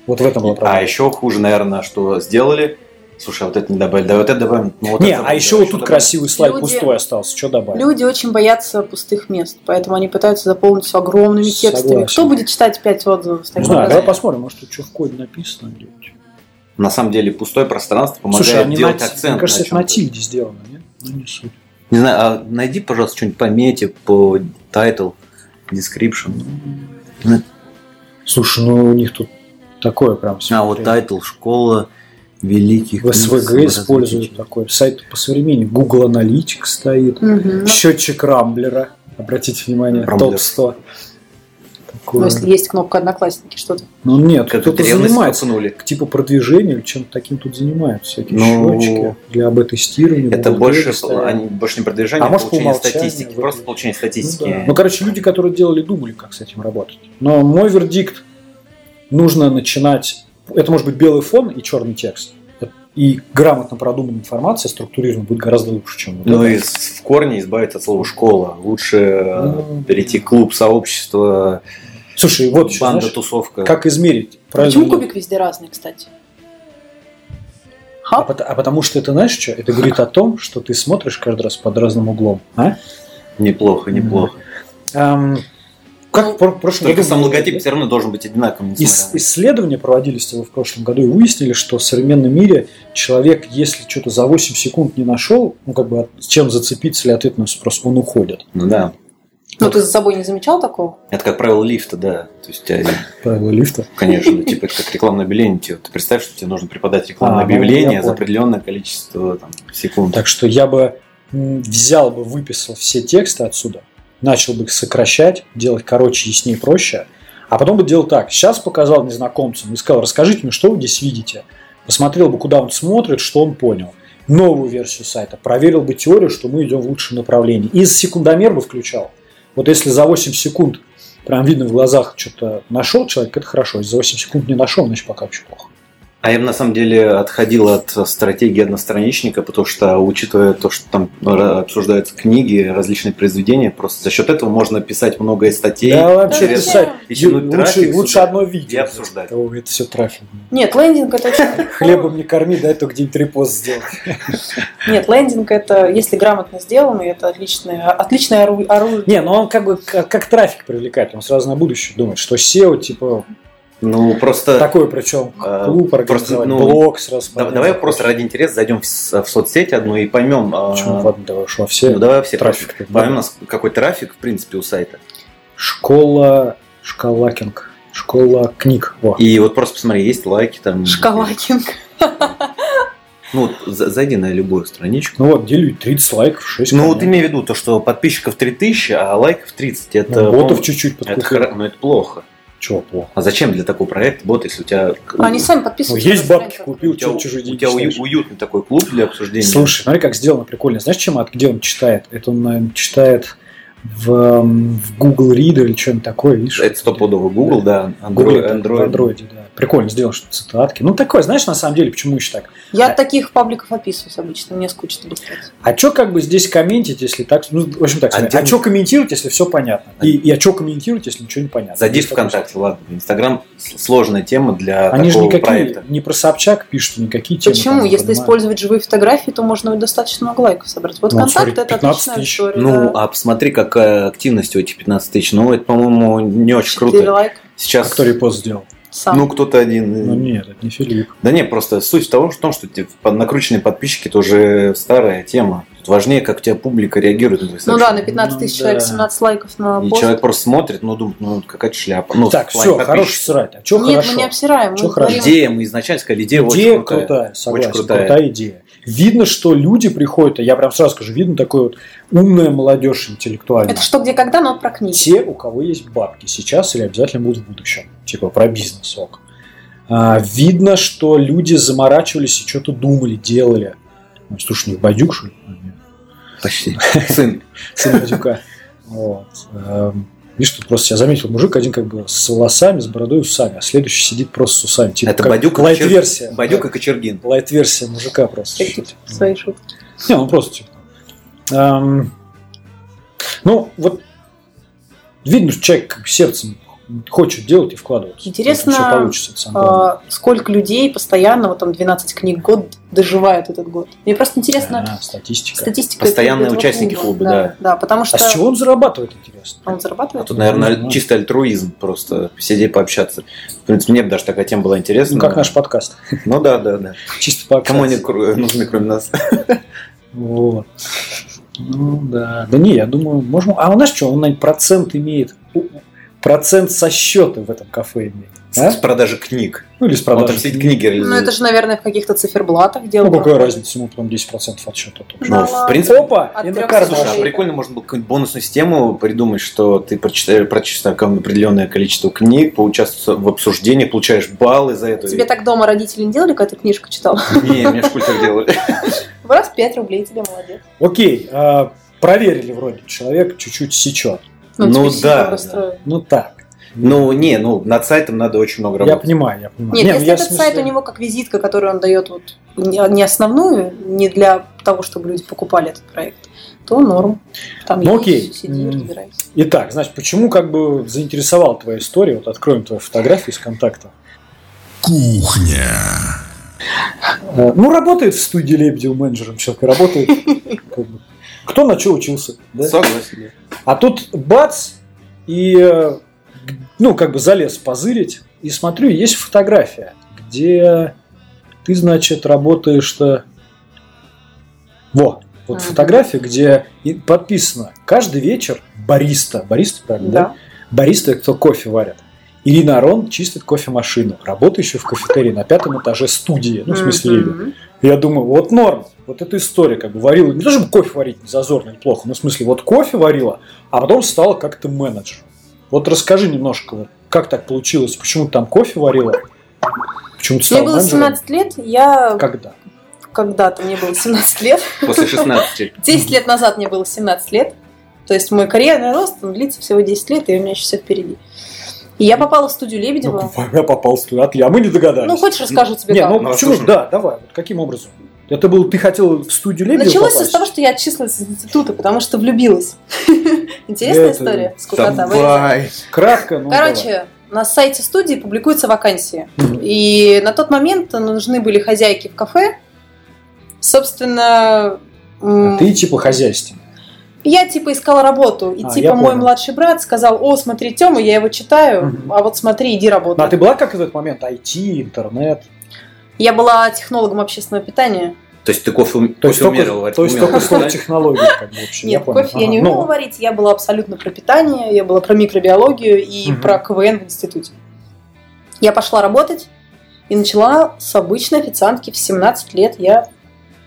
[SPEAKER 1] Вот в этом была проблема.
[SPEAKER 2] А еще хуже, наверное, что сделали. Слушай, а вот это не добавили, да вот это добавим. ну, вот
[SPEAKER 1] не, а
[SPEAKER 2] это добавим,
[SPEAKER 1] еще вот
[SPEAKER 2] да,
[SPEAKER 1] тут
[SPEAKER 2] добавим.
[SPEAKER 1] красивый слайд
[SPEAKER 3] Люди-
[SPEAKER 1] пустой остался. Что добавить?
[SPEAKER 3] Люди очень боятся пустых мест, поэтому они пытаются заполнить все огромными текстами.
[SPEAKER 1] Согласен.
[SPEAKER 3] Кто будет читать пять отзывов?
[SPEAKER 1] Не
[SPEAKER 3] таким
[SPEAKER 1] знаю,
[SPEAKER 3] образом?
[SPEAKER 1] давай посмотрим, может, тут что в коде написано где-нибудь.
[SPEAKER 2] На самом деле пустое пространство помогает
[SPEAKER 1] Слушай, они
[SPEAKER 2] делать
[SPEAKER 1] на-
[SPEAKER 2] акцент.
[SPEAKER 1] мне кажется,
[SPEAKER 2] на
[SPEAKER 1] это на
[SPEAKER 2] чём-то.
[SPEAKER 1] тильде сделано, нет? Ну, не суть.
[SPEAKER 2] Не знаю, а найди, пожалуйста, что-нибудь по мете, по тайтл, description.
[SPEAKER 1] Слушай, ну у них тут такое прям.
[SPEAKER 2] А вот
[SPEAKER 1] смотри.
[SPEAKER 2] тайтл школа великих.
[SPEAKER 1] В
[SPEAKER 2] книг
[SPEAKER 1] СВГ
[SPEAKER 2] саморазвития.
[SPEAKER 1] используют такой. Сайт по современному. Google Аналитик стоит.
[SPEAKER 3] Мгм. Ну,
[SPEAKER 1] Счетчик Рамблера. Обратите внимание,
[SPEAKER 2] Рамблер.
[SPEAKER 1] топ-100. Такое.
[SPEAKER 3] ну, если есть кнопка «Одноклассники», что-то.
[SPEAKER 1] Ну нет,
[SPEAKER 2] Как-то
[SPEAKER 1] кто-то
[SPEAKER 2] древность
[SPEAKER 1] занимается.
[SPEAKER 2] копнули.
[SPEAKER 1] Типа продвижению или чем-то таким тут занимаются. Всякие
[SPEAKER 2] Ну,
[SPEAKER 1] счетчики для АБ-тестирования.
[SPEAKER 2] Это
[SPEAKER 1] бухгалтерии
[SPEAKER 2] больше,
[SPEAKER 1] стоят.
[SPEAKER 2] они больше не продвижение,
[SPEAKER 1] А
[SPEAKER 2] а
[SPEAKER 1] может, по
[SPEAKER 2] получение
[SPEAKER 1] умолчанию
[SPEAKER 2] статистики.
[SPEAKER 1] вот
[SPEAKER 2] Просто
[SPEAKER 1] это.
[SPEAKER 2] получение
[SPEAKER 1] Ну,
[SPEAKER 2] статистики.
[SPEAKER 1] да. Ну, короче, люди, которые делали, думали, как с этим работать. Но мой вердикт нужно начинать. Это может быть белый фон и черный текст. И грамотно продуманная информация, структурирована, будет гораздо лучше, чем вот
[SPEAKER 2] Ну
[SPEAKER 1] это.
[SPEAKER 2] и с- в корне избавиться от слова школа. Лучше э,
[SPEAKER 1] Ну.
[SPEAKER 2] перейти к клуб, сообщество,
[SPEAKER 1] Слушай, вот еще,
[SPEAKER 2] банда,
[SPEAKER 1] знаешь,
[SPEAKER 2] тусовка.
[SPEAKER 1] как измерить правильно.
[SPEAKER 3] Почему кубик везде разный, кстати?
[SPEAKER 1] А,
[SPEAKER 3] Хап?
[SPEAKER 1] пот- а потому что это знаешь что? Это говорит о том, что ты смотришь каждый раз под разным углом. А?
[SPEAKER 2] Неплохо, неплохо.
[SPEAKER 1] Эм, как в пр- прошлом
[SPEAKER 2] Только
[SPEAKER 1] году
[SPEAKER 2] сам
[SPEAKER 1] было,
[SPEAKER 2] логотип
[SPEAKER 1] да?
[SPEAKER 2] все равно должен быть одинаковым.
[SPEAKER 1] Ис-
[SPEAKER 2] несмотря
[SPEAKER 1] Исследования проводились в прошлом году и выяснили, что в современном мире человек, если что-то за 8 секунд не нашел, ну как бы от- с чем зацепиться или ответ на вопрос, он уходит.
[SPEAKER 2] на- Ну да.
[SPEAKER 3] Ну, ты за собой не замечал такого?
[SPEAKER 2] Это как правило лифта, да. То есть, э,
[SPEAKER 1] Правило лифта.
[SPEAKER 2] конечно, типа это как рекламное объявление. Типа, Ты представь, что тебе нужно преподать рекламное
[SPEAKER 1] А, ну, я
[SPEAKER 2] объявление за
[SPEAKER 1] понял.
[SPEAKER 2] определенное количество там, секунд.
[SPEAKER 1] Так что я бы м, взял бы, выписал все тексты отсюда, начал бы их сокращать, делать короче, яснее, проще, а потом бы делал так. Сейчас показал незнакомцам и сказал, расскажите мне, что вы здесь видите. Посмотрел бы, куда он смотрит, что он понял. Новую версию сайта. Проверил бы теорию, что мы идем в лучшем направлении. И секундомер бы включал. Вот если за 8 секунд прям видно в глазах что-то нашел человек, это хорошо. Если за 8 секунд не нашел, значит пока очень плохо.
[SPEAKER 2] А я бы на самом деле отходил от стратегии одностраничника, потому что, учитывая то, что там ра- обсуждаются книги, различные произведения, просто за счет этого можно писать много и статей.
[SPEAKER 1] Да вообще
[SPEAKER 2] интересно.
[SPEAKER 1] писать.
[SPEAKER 2] И тянуть
[SPEAKER 1] Лучше,
[SPEAKER 2] трафик
[SPEAKER 1] лучше
[SPEAKER 2] сюда.
[SPEAKER 1] одно видео.
[SPEAKER 2] и обсуждать.
[SPEAKER 1] О, это все трафик.
[SPEAKER 3] Нет, лендинг это очень...
[SPEAKER 1] Хлебом не корми, дай только где-нибудь репост сделать.
[SPEAKER 3] Нет, лендинг это, если грамотно сделанный, это отличное, отличное ору- оружие.
[SPEAKER 1] Не, ну он как бы как, как трафик привлекает, он сразу на будущее думает, что SEO, типа,
[SPEAKER 2] Ну, просто...
[SPEAKER 1] такой причем
[SPEAKER 2] а,
[SPEAKER 1] клуб
[SPEAKER 2] просто,
[SPEAKER 1] организовать,
[SPEAKER 2] ну,
[SPEAKER 1] блог сразу.
[SPEAKER 2] да-
[SPEAKER 1] поднять.
[SPEAKER 2] давай просто ради интереса зайдем в, с- в соцсеть одну и поймем, а,
[SPEAKER 1] Почему в одну давай, уж во все?
[SPEAKER 2] ну, давай все
[SPEAKER 1] трафик.
[SPEAKER 2] просто поймем, нас- какой трафик, в принципе, у сайта.
[SPEAKER 1] Школа Шкалакинг. Школа книг. Во.
[SPEAKER 2] И вот просто посмотри, есть лайки там.
[SPEAKER 3] Шкалакинг.
[SPEAKER 2] Ну, вот за- зайди на любую страничку.
[SPEAKER 1] Ну вот, делю 30 лайков, 6
[SPEAKER 2] Ну, вот имей в виду то, что подписчиков 3000, а лайков 30. Это,
[SPEAKER 1] Ну, ботов
[SPEAKER 2] по-моему,
[SPEAKER 1] чуть-чуть
[SPEAKER 2] это,
[SPEAKER 1] подкупил.
[SPEAKER 2] хра- ну, это плохо.
[SPEAKER 1] Чего плохо?
[SPEAKER 2] А зачем для такого проекта бот, если у тебя...
[SPEAKER 3] Они сами
[SPEAKER 1] Ну,
[SPEAKER 3] подписываются.
[SPEAKER 1] есть
[SPEAKER 3] на
[SPEAKER 1] бабки,
[SPEAKER 3] страницу.
[SPEAKER 1] купил,
[SPEAKER 2] у тебя,
[SPEAKER 1] чё чужие
[SPEAKER 2] у
[SPEAKER 1] деньги.
[SPEAKER 2] тебя
[SPEAKER 1] считаешь?
[SPEAKER 2] ую- уютный такой клуб для обсуждения.
[SPEAKER 1] Слушай, смотри, как сделано прикольно. Знаешь, чем, от- где он читает? Это он, наверное, читает в, эм, в Google Reader или что-нибудь такое, видишь?
[SPEAKER 2] Это стопудово Google, да.
[SPEAKER 1] Google
[SPEAKER 2] Android.
[SPEAKER 1] это в
[SPEAKER 2] Android.
[SPEAKER 1] Android, да. Прикольно сделано, что цитатки. Ну, такое, знаешь, на самом деле, почему еще так?
[SPEAKER 3] Я от таких пабликов описываюсь обычно, мне скучно листать.
[SPEAKER 1] А что как бы здесь комментить, если так... Ну, в общем, так,
[SPEAKER 2] А
[SPEAKER 1] сказать, а,
[SPEAKER 2] где-
[SPEAKER 1] что комментировать, если все понятно? И, и а что комментировать, если ничего не понятно?
[SPEAKER 2] Зайди
[SPEAKER 1] Есть такой
[SPEAKER 2] ВКонтакте, ладно. Инстаграм с- сложная тема для
[SPEAKER 1] Они же
[SPEAKER 2] такого
[SPEAKER 1] никакие
[SPEAKER 2] проекта.
[SPEAKER 1] не про Собчак пишут, никакие темы.
[SPEAKER 3] Почему? Если использовать живые фотографии, то можно и достаточно много лайков собрать. Вот
[SPEAKER 1] Ну,
[SPEAKER 3] контакт
[SPEAKER 1] смотри,
[SPEAKER 3] это
[SPEAKER 1] 15
[SPEAKER 3] отличная
[SPEAKER 1] тысяч.
[SPEAKER 3] история.
[SPEAKER 2] Ну,
[SPEAKER 3] да.
[SPEAKER 2] а посмотри, какая активность у этих 15 тысяч. Ну, это, по-моему, не очень
[SPEAKER 3] Четыре
[SPEAKER 2] круто.
[SPEAKER 3] лайка
[SPEAKER 1] А
[SPEAKER 2] Сейчас...
[SPEAKER 1] кто репост сделал?
[SPEAKER 3] сам.
[SPEAKER 2] Ну, кто-то один.
[SPEAKER 1] Ну нет, это не Филипп.
[SPEAKER 2] Да не, просто суть в том, в том что те под- накрученные подписчики это уже старая тема. Тут важнее, как у тебя публика реагирует на твои
[SPEAKER 3] Ну да,
[SPEAKER 2] сообщения.
[SPEAKER 3] на 15
[SPEAKER 1] Ну
[SPEAKER 3] тысяч
[SPEAKER 1] да.
[SPEAKER 3] человек 17 лайков на
[SPEAKER 2] И
[SPEAKER 3] пост.
[SPEAKER 2] человек просто смотрит, ну думает, ну какая-то шляпа. Ну,
[SPEAKER 1] так,
[SPEAKER 2] в плане
[SPEAKER 1] все, хорош
[SPEAKER 2] подписчиков.
[SPEAKER 1] срать. А что
[SPEAKER 3] Нет,
[SPEAKER 1] хорошо?
[SPEAKER 3] мы не обсираем. мы
[SPEAKER 1] Чё хорошо?
[SPEAKER 3] говорим-
[SPEAKER 2] Идея, мы изначально сказали, идея,
[SPEAKER 1] Идея
[SPEAKER 2] очень крутая.
[SPEAKER 1] крутая, согласен,
[SPEAKER 2] Очень крутая.
[SPEAKER 1] крутая. идея. Видно, что люди приходят, я прям сразу скажу, видно такой вот умная молодежь интеллектуальная.
[SPEAKER 3] Это что, где, когда, но про книги.
[SPEAKER 1] Те, у кого есть бабки сейчас или обязательно будут в будущем, типа про бизнес ок. А, видно, что люди заморачивались и что-то думали, делали. Ну, Слушай, не Бадюк, что ли? А, нет.
[SPEAKER 2] Почти. Сын.
[SPEAKER 1] Сын Бадюка. Вот. Эм, Видишь, тут просто я заметил, мужик один как бы с волосами, с бородой и усами, а следующий сидит просто с усами. Типа,
[SPEAKER 2] Это
[SPEAKER 1] как
[SPEAKER 2] Бадюк и
[SPEAKER 1] лайт-версия.
[SPEAKER 2] Кочер- Бадюк и Кочергин.
[SPEAKER 1] Лайт-версия мужика просто.
[SPEAKER 3] Э, типа Свои шутки.
[SPEAKER 1] Не, ну просто типа. эм, ну, вот видно, что человек как бы сердцем хочет делать и вкладывать.
[SPEAKER 3] Интересно,
[SPEAKER 1] Все получится. это самое главное.
[SPEAKER 3] А, Сколько людей постоянно, вот там 12 книг в год, доживают этот год. Мне просто интересно,
[SPEAKER 1] А, статистика.
[SPEAKER 3] статистика.
[SPEAKER 2] Постоянные
[SPEAKER 3] этого
[SPEAKER 2] участники клуба, да.
[SPEAKER 3] Да, потому что
[SPEAKER 1] А с чего он зарабатывает, интересно?
[SPEAKER 3] он
[SPEAKER 2] А
[SPEAKER 3] зарабатывает.
[SPEAKER 2] тут, наверное,
[SPEAKER 1] Нормально.
[SPEAKER 2] чисто альтруизм просто посидеть пообщаться. В принципе, мне бы даже такая тема была интересна.
[SPEAKER 1] Ну, как наш подкаст.
[SPEAKER 2] Ну да, да, да.
[SPEAKER 1] Чисто по
[SPEAKER 2] Кому они кру- нужны, кроме нас?
[SPEAKER 1] Вот. Ну да. Да не, я думаю, можно. А он знаешь что, он наверное, процент имеет. у- Процент со счета в этом кафе имеет. а?
[SPEAKER 2] С продажи книг.
[SPEAKER 1] Ну или с
[SPEAKER 2] Он
[SPEAKER 1] продажи.
[SPEAKER 2] там все эти книги
[SPEAKER 3] Ну, это
[SPEAKER 2] реализует.
[SPEAKER 3] же, наверное, в каких-то циферблатах делают.
[SPEAKER 1] Ну какая разница, ему потом 10% от счета. тоже.
[SPEAKER 3] Да
[SPEAKER 2] Ну, в
[SPEAKER 3] ладно.
[SPEAKER 2] принципе,
[SPEAKER 1] Опа!
[SPEAKER 3] От
[SPEAKER 1] и на
[SPEAKER 3] трёх
[SPEAKER 1] карту
[SPEAKER 3] слушай,
[SPEAKER 2] Слушай, а
[SPEAKER 1] пошли.
[SPEAKER 2] прикольно можно было какую-нибудь бонусную систему придумать, что ты прочитаешь, прочитаешь определенное количество книг, поучаствуешь в обсуждении, получаешь баллы за это.
[SPEAKER 3] Тебе так дома родители не делали, когда ты книжку читал?
[SPEAKER 2] Не, меня шкультер делали.
[SPEAKER 3] В раз 5 рублей тебе молодец.
[SPEAKER 1] Окей, а, проверили вроде. Человек чуть-чуть сечет.
[SPEAKER 2] Ну
[SPEAKER 3] теперь
[SPEAKER 2] да,
[SPEAKER 3] сильно расстроен.
[SPEAKER 1] Ну так.
[SPEAKER 2] Ну, не, ну, над сайтом надо очень много
[SPEAKER 1] Я
[SPEAKER 2] работать.
[SPEAKER 1] понимаю, я понимаю.
[SPEAKER 3] Нет,
[SPEAKER 1] Не, ну,
[SPEAKER 3] если
[SPEAKER 1] я в
[SPEAKER 3] этот
[SPEAKER 1] смысле-
[SPEAKER 3] сайт у него как визитка, которую он дает вот не не основную, не для того, чтобы люди покупали этот проект, то норм. Там
[SPEAKER 1] Ну,
[SPEAKER 3] есть,
[SPEAKER 1] окей.
[SPEAKER 3] сиди,
[SPEAKER 1] М.
[SPEAKER 3] разбирайся.
[SPEAKER 1] Итак, значит, почему как бы заинтересовала твоя история? Вот откроем твою фотографию из контакта.
[SPEAKER 4] Кухня.
[SPEAKER 1] Э, Ну, работает в студии Лебедева менеджером человек, и работает. как бы. Кто на что учился. да?
[SPEAKER 2] Согласен.
[SPEAKER 1] А тут бац, и, э, г- ну, как бы залез позырить, и смотрю, есть фотография, где ты, значит, работаешь-то... Во, вот
[SPEAKER 3] Мгм.
[SPEAKER 1] фотография, где и подписано «Каждый вечер бариста». Бариста, правильно, да?
[SPEAKER 3] Да.
[SPEAKER 1] Бариста, кто кофе варят. Ирина Арон чистит кофемашину, работающую в кафетерии на пятом этаже студии, ну, в смысле, Лебедева.
[SPEAKER 3] Мгм.
[SPEAKER 1] Я думаю, вот норм, вот эта история, как бы варила, не то чтобы кофе варить не зазорно, неплохо, ну, в смысле, вот кофе варила, а потом стала как-то менеджером. Вот расскажи немножко, вот, как так получилось, почему ты там кофе варила, почему ты
[SPEAKER 3] Мне
[SPEAKER 1] стала
[SPEAKER 3] было
[SPEAKER 1] менеджером?
[SPEAKER 3] 17 лет, я
[SPEAKER 1] Когда?
[SPEAKER 3] когда-то мне было 17 лет,
[SPEAKER 2] После 16.
[SPEAKER 3] 10 лет назад мне было 17 лет. То есть мой карьерный рост он длится всего 10 лет, и у меня еще все впереди. И я попала в студию Лебедева.
[SPEAKER 1] Ну, я попал туда, а мы не догадались.
[SPEAKER 3] Ну, хочешь, расскажу тебе
[SPEAKER 1] Не,
[SPEAKER 3] как?
[SPEAKER 1] ну
[SPEAKER 2] Ну, а
[SPEAKER 1] почему?
[SPEAKER 2] слушай.
[SPEAKER 1] Да, давай. Вот каким образом? Это был, ты хотел в студию Лебедева
[SPEAKER 3] Началось все
[SPEAKER 1] попасть?
[SPEAKER 3] с того, что я отчислилась из института, потому что влюбилась. Интересная
[SPEAKER 1] Это-
[SPEAKER 3] история. Скукота. вырезай.
[SPEAKER 2] Давай.
[SPEAKER 1] Кратко, ну
[SPEAKER 3] Короче, на сайте студии публикуются вакансии.
[SPEAKER 1] давай.
[SPEAKER 3] И на тот момент нужны были хозяйки в кафе. Собственно, м,
[SPEAKER 1] А Ты типа хозяйственный.
[SPEAKER 3] я типа искала работу. И
[SPEAKER 1] А, я
[SPEAKER 3] типа мой
[SPEAKER 1] понял.
[SPEAKER 3] младший брат сказал, о, смотри, Тёма, я его читаю,
[SPEAKER 1] Мгм.
[SPEAKER 3] а вот смотри, иди
[SPEAKER 1] Ну, а
[SPEAKER 3] работай.
[SPEAKER 1] ты была как в этот момент? IT, интернет?
[SPEAKER 3] Я была технологом общественного питания.
[SPEAKER 2] То есть ты кофе,
[SPEAKER 1] То
[SPEAKER 2] кофе
[SPEAKER 1] есть только,
[SPEAKER 2] умерла,
[SPEAKER 1] то есть
[SPEAKER 2] умела,
[SPEAKER 1] только
[SPEAKER 2] да?
[SPEAKER 1] софт-технологии, как бы, вообще.
[SPEAKER 3] Нет,
[SPEAKER 1] понял.
[SPEAKER 3] кофе я
[SPEAKER 1] Ага.
[SPEAKER 3] не
[SPEAKER 1] Ну,
[SPEAKER 3] умела варить, я была абсолютно про питание, я была про микробиологию и
[SPEAKER 1] Мгм.
[SPEAKER 3] про КВН в институте. Я пошла работать и начала с обычной официантки в 17 лет. Я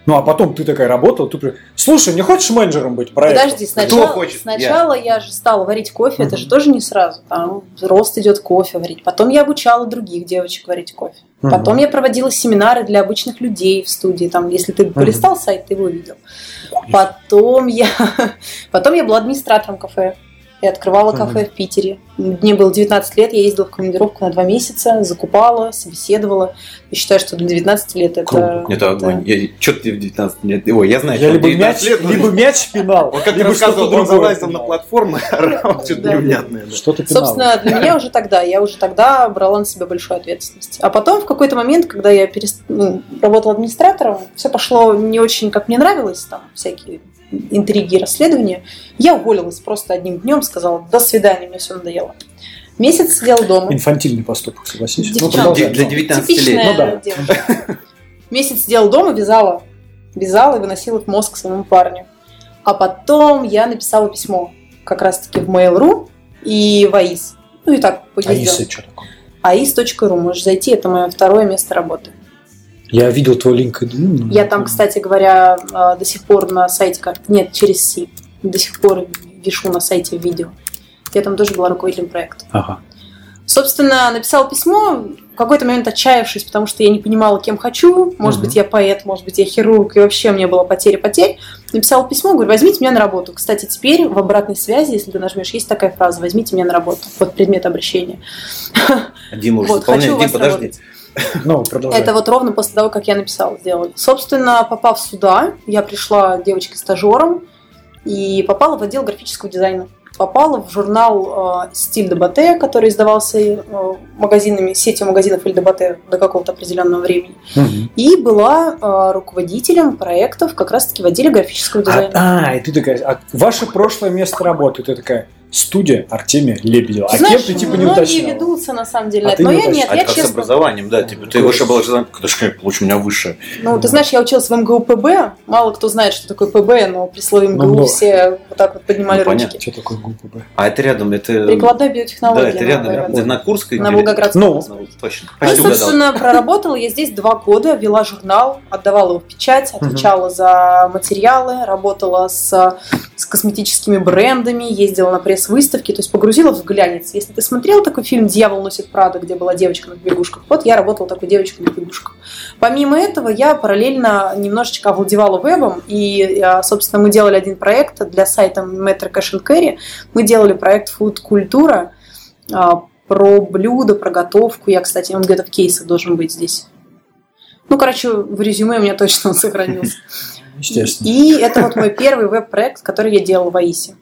[SPEAKER 1] Ну, а потом ты такая работала, ты при- слушай, не хочешь менеджером быть проекта?
[SPEAKER 3] Подожди, сначала,
[SPEAKER 2] хочет?
[SPEAKER 3] сначала я. же стала варить кофе, это
[SPEAKER 1] Мгм.
[SPEAKER 3] же тоже не сразу. Там рост идет кофе варить. Потом я обучала других девочек варить кофе.
[SPEAKER 1] Мгм.
[SPEAKER 3] Потом я проводила семинары для обычных людей в студии. Там, если ты полистал сайт, ты его увидел. Потом я, потом я была администратором кафе. Я открывала кафе в Питере. Мне было 19 лет, я ездила в командировку на 2 месяца, закупала, собеседовала. Я считаю, что для 19 лет это...
[SPEAKER 1] Круто.
[SPEAKER 2] Это огонь. Что ты в 19 лет? Ой, я знаю,
[SPEAKER 1] Я
[SPEAKER 2] что
[SPEAKER 1] либо
[SPEAKER 2] 19
[SPEAKER 1] мяч, либо мяч пинал,
[SPEAKER 2] Вот как я
[SPEAKER 1] либо
[SPEAKER 2] рассказывал,
[SPEAKER 1] что-то
[SPEAKER 2] ну, он
[SPEAKER 1] другое
[SPEAKER 2] залазил на
[SPEAKER 1] пинал.
[SPEAKER 2] платформу, орал что-то
[SPEAKER 3] Да.
[SPEAKER 2] невнятное. да.
[SPEAKER 1] Что-то пинал.
[SPEAKER 3] Собственно, для меня уже тогда, я уже тогда брала на себя большую ответственность. А потом, в какой-то момент, когда я перес- ну, работала администратором, все пошло не очень, как мне нравилось, там всякие интриги, расследования. Я уволилась просто одним днем, сказала, до свидания, мне все надоело. Месяц сидела дома.
[SPEAKER 1] Инфантильный поступок, согласись.
[SPEAKER 3] Девчонки.
[SPEAKER 1] продолжай,
[SPEAKER 2] Для
[SPEAKER 1] ну.
[SPEAKER 2] 19 лет.
[SPEAKER 3] Типичная
[SPEAKER 1] Ну да.
[SPEAKER 3] девушка. Месяц сидела дома, вязала. Вязала и выносила в мозг своему парню. А потом я написала письмо как раз-таки в Mail.ru и в АИС. Ну и так
[SPEAKER 1] Аиса,
[SPEAKER 3] поездила.
[SPEAKER 1] что такое?
[SPEAKER 3] АИС.ру, можешь зайти, это мое второе место работы.
[SPEAKER 1] Я видел твой LinkedIn. но-
[SPEAKER 3] Я там, кстати говоря, э, до сих пор на сайте как нет, через Си, до сих пор вишу на сайте видео. Я там тоже была руководителем проекта.
[SPEAKER 1] Ага.
[SPEAKER 3] Собственно, написал письмо, в какой-то момент отчаявшись, потому что я не понимала, кем хочу. Может
[SPEAKER 1] Мгм.
[SPEAKER 3] быть, я поэт, может быть, я хирург, и вообще мне было потеря потерь. Написал письмо, говорю, возьмите меня на работу. Кстати, теперь в обратной связи, если ты нажмешь, есть такая фраза, возьмите меня на работу. Вот предмет обращения.
[SPEAKER 2] Дима уже
[SPEAKER 3] Вот, хочу
[SPEAKER 2] заполняет. Дим,
[SPEAKER 3] у вас
[SPEAKER 2] подожди.
[SPEAKER 3] работать.
[SPEAKER 1] Ну, продолжай.
[SPEAKER 3] Это вот ровно после того, как я написала, сделали. Собственно, попав сюда, я пришла девочкой-стажером и попала в отдел графического дизайна. Попала в журнал э, «Стиль ДБТ», который издавался э, магазинами, сетью магазинов ЛДБТ до какого-то определенного времени.
[SPEAKER 1] Мгм.
[SPEAKER 3] И была э, руководителем проектов как раз-таки в отделе графического дизайна.
[SPEAKER 1] А, а, и ты такая, а ваше прошлое место работы, ты такая, студия Артемия Лебедева. А кем
[SPEAKER 3] Знаешь,
[SPEAKER 1] ты типа не
[SPEAKER 3] многие
[SPEAKER 1] уточнила?
[SPEAKER 3] ведутся на самом деле
[SPEAKER 1] А
[SPEAKER 3] на это,
[SPEAKER 1] ты
[SPEAKER 3] но
[SPEAKER 1] не
[SPEAKER 3] я нет,
[SPEAKER 1] уточнила.
[SPEAKER 2] А
[SPEAKER 3] я
[SPEAKER 2] это как с
[SPEAKER 3] честно.
[SPEAKER 2] образованием, да, типа ты
[SPEAKER 1] Круто.
[SPEAKER 2] выше был образование, потому что как получше у меня выше.
[SPEAKER 3] Ну, ты знаешь, я училась в МГУ ПБ. Мало кто знает, что такое ПБ, но при слове
[SPEAKER 1] Ну,
[SPEAKER 3] МГУ
[SPEAKER 1] много.
[SPEAKER 3] все вот так вот поднимали
[SPEAKER 2] Ну, понятно.
[SPEAKER 3] ручки.
[SPEAKER 1] Что такое глупое?
[SPEAKER 2] А это рядом, это...
[SPEAKER 3] Прикладная биотехнология.
[SPEAKER 2] Да, это рядом,
[SPEAKER 3] называется.
[SPEAKER 2] это на Курской.
[SPEAKER 3] На
[SPEAKER 2] или-
[SPEAKER 3] Волгоградском.
[SPEAKER 1] Ну,
[SPEAKER 3] проспекте.
[SPEAKER 2] Ну, Точно.
[SPEAKER 3] Ну,
[SPEAKER 2] Почти угадал.
[SPEAKER 3] собственно, проработала я здесь два года, вела журнал, отдавала его в печать,
[SPEAKER 1] Мгм.
[SPEAKER 3] отвечала за материалы, работала с, с косметическими брендами, ездила на пресс-выставки, то есть погрузилась в глянец. Если ты смотрел такой фильм «Дьявол носит Прада», где была девочка на побегушках, вот я работала такой девочкой на побегушках. Помимо этого, я параллельно немножечко овладевала вебом, и, э, собственно, мы делали один проект для сайта Metro Cash and Carry. Мы делали проект «Фуд Культура», а, про блюдо, про готовку. Я, кстати, он где-то в кейсах должен быть здесь. Ну, короче, в резюме у меня точно он сохранился.
[SPEAKER 1] Естественно.
[SPEAKER 3] И это вот мой первый веб-проект, который я делала в Аисе.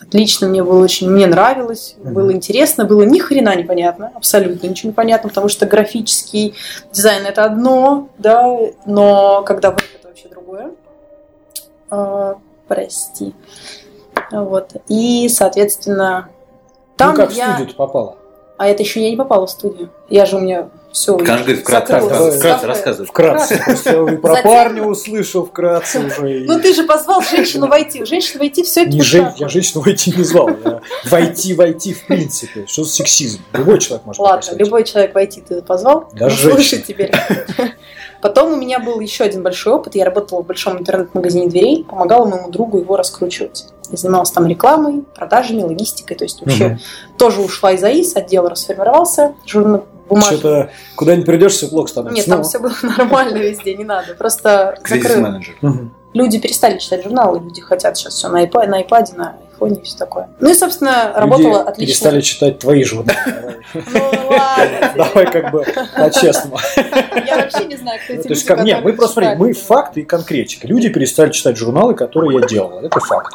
[SPEAKER 3] Отлично, мне было очень, мне нравилось,
[SPEAKER 1] Мгм.
[SPEAKER 3] было интересно, было ни хрена непонятно, абсолютно ничего не понятно, потому что графический дизайн это одно, да, но когда веб это вообще другое. А, прости. Вот. И, соответственно, там
[SPEAKER 1] ну, как в
[SPEAKER 3] я...
[SPEAKER 1] студию-то попала?
[SPEAKER 3] А это еще я не попала в студию. Я же у меня все.
[SPEAKER 2] Конечно, говорит, вкратце
[SPEAKER 1] Закрылась.
[SPEAKER 2] рассказывай. Вкратце
[SPEAKER 3] Закрылась.
[SPEAKER 2] рассказывай.
[SPEAKER 1] Вкратце. Просто я и про
[SPEAKER 3] Затем-
[SPEAKER 1] парня услышал вкратце уже. и-
[SPEAKER 3] Ну ты же позвал женщину войти. Женщину войти все это
[SPEAKER 1] Не
[SPEAKER 3] вот
[SPEAKER 1] жен-
[SPEAKER 3] так.
[SPEAKER 1] Я женщину войти не звал. я Войти, войти в принципе. Что за сексизм? Любой человек может
[SPEAKER 3] Ладно,
[SPEAKER 1] попросить.
[SPEAKER 3] любой человек войти ты позвал.
[SPEAKER 1] Да,
[SPEAKER 3] Ну,
[SPEAKER 1] женщина.
[SPEAKER 3] слушай теперь. Потом у меня был еще один большой опыт. Я работала в большом интернет-магазине дверей, помогала моему другу его раскручивать. Я занималась там рекламой, продажами, логистикой. То есть вообще
[SPEAKER 1] Мгм.
[SPEAKER 3] тоже ушла из АИС, отдел расформировался, журнал бумажный.
[SPEAKER 1] Что-то куда не придешь, все плохо становится.
[SPEAKER 3] Нет, там
[SPEAKER 1] Ну,
[SPEAKER 3] все было нормально везде, не надо. Просто закрыл.
[SPEAKER 2] Кризис-менеджер.
[SPEAKER 1] мгм.
[SPEAKER 3] люди перестали читать журналы, люди хотят сейчас все на iPad, на iPad, на фоне и все такое. Ну и, собственно, работала
[SPEAKER 1] Люди
[SPEAKER 3] отлично.
[SPEAKER 1] перестали читать твои журналы.
[SPEAKER 3] Ну ладно.
[SPEAKER 1] Давай как бы по-честному.
[SPEAKER 3] Я вообще не знаю, кто
[SPEAKER 1] Ну,
[SPEAKER 3] эти
[SPEAKER 1] То есть,
[SPEAKER 3] люди,
[SPEAKER 1] ко мне,
[SPEAKER 3] которые
[SPEAKER 1] мы просто, смотри,
[SPEAKER 3] читали.
[SPEAKER 1] мы факты и конкретика. Люди перестали читать журналы, которые я делал. Это факт.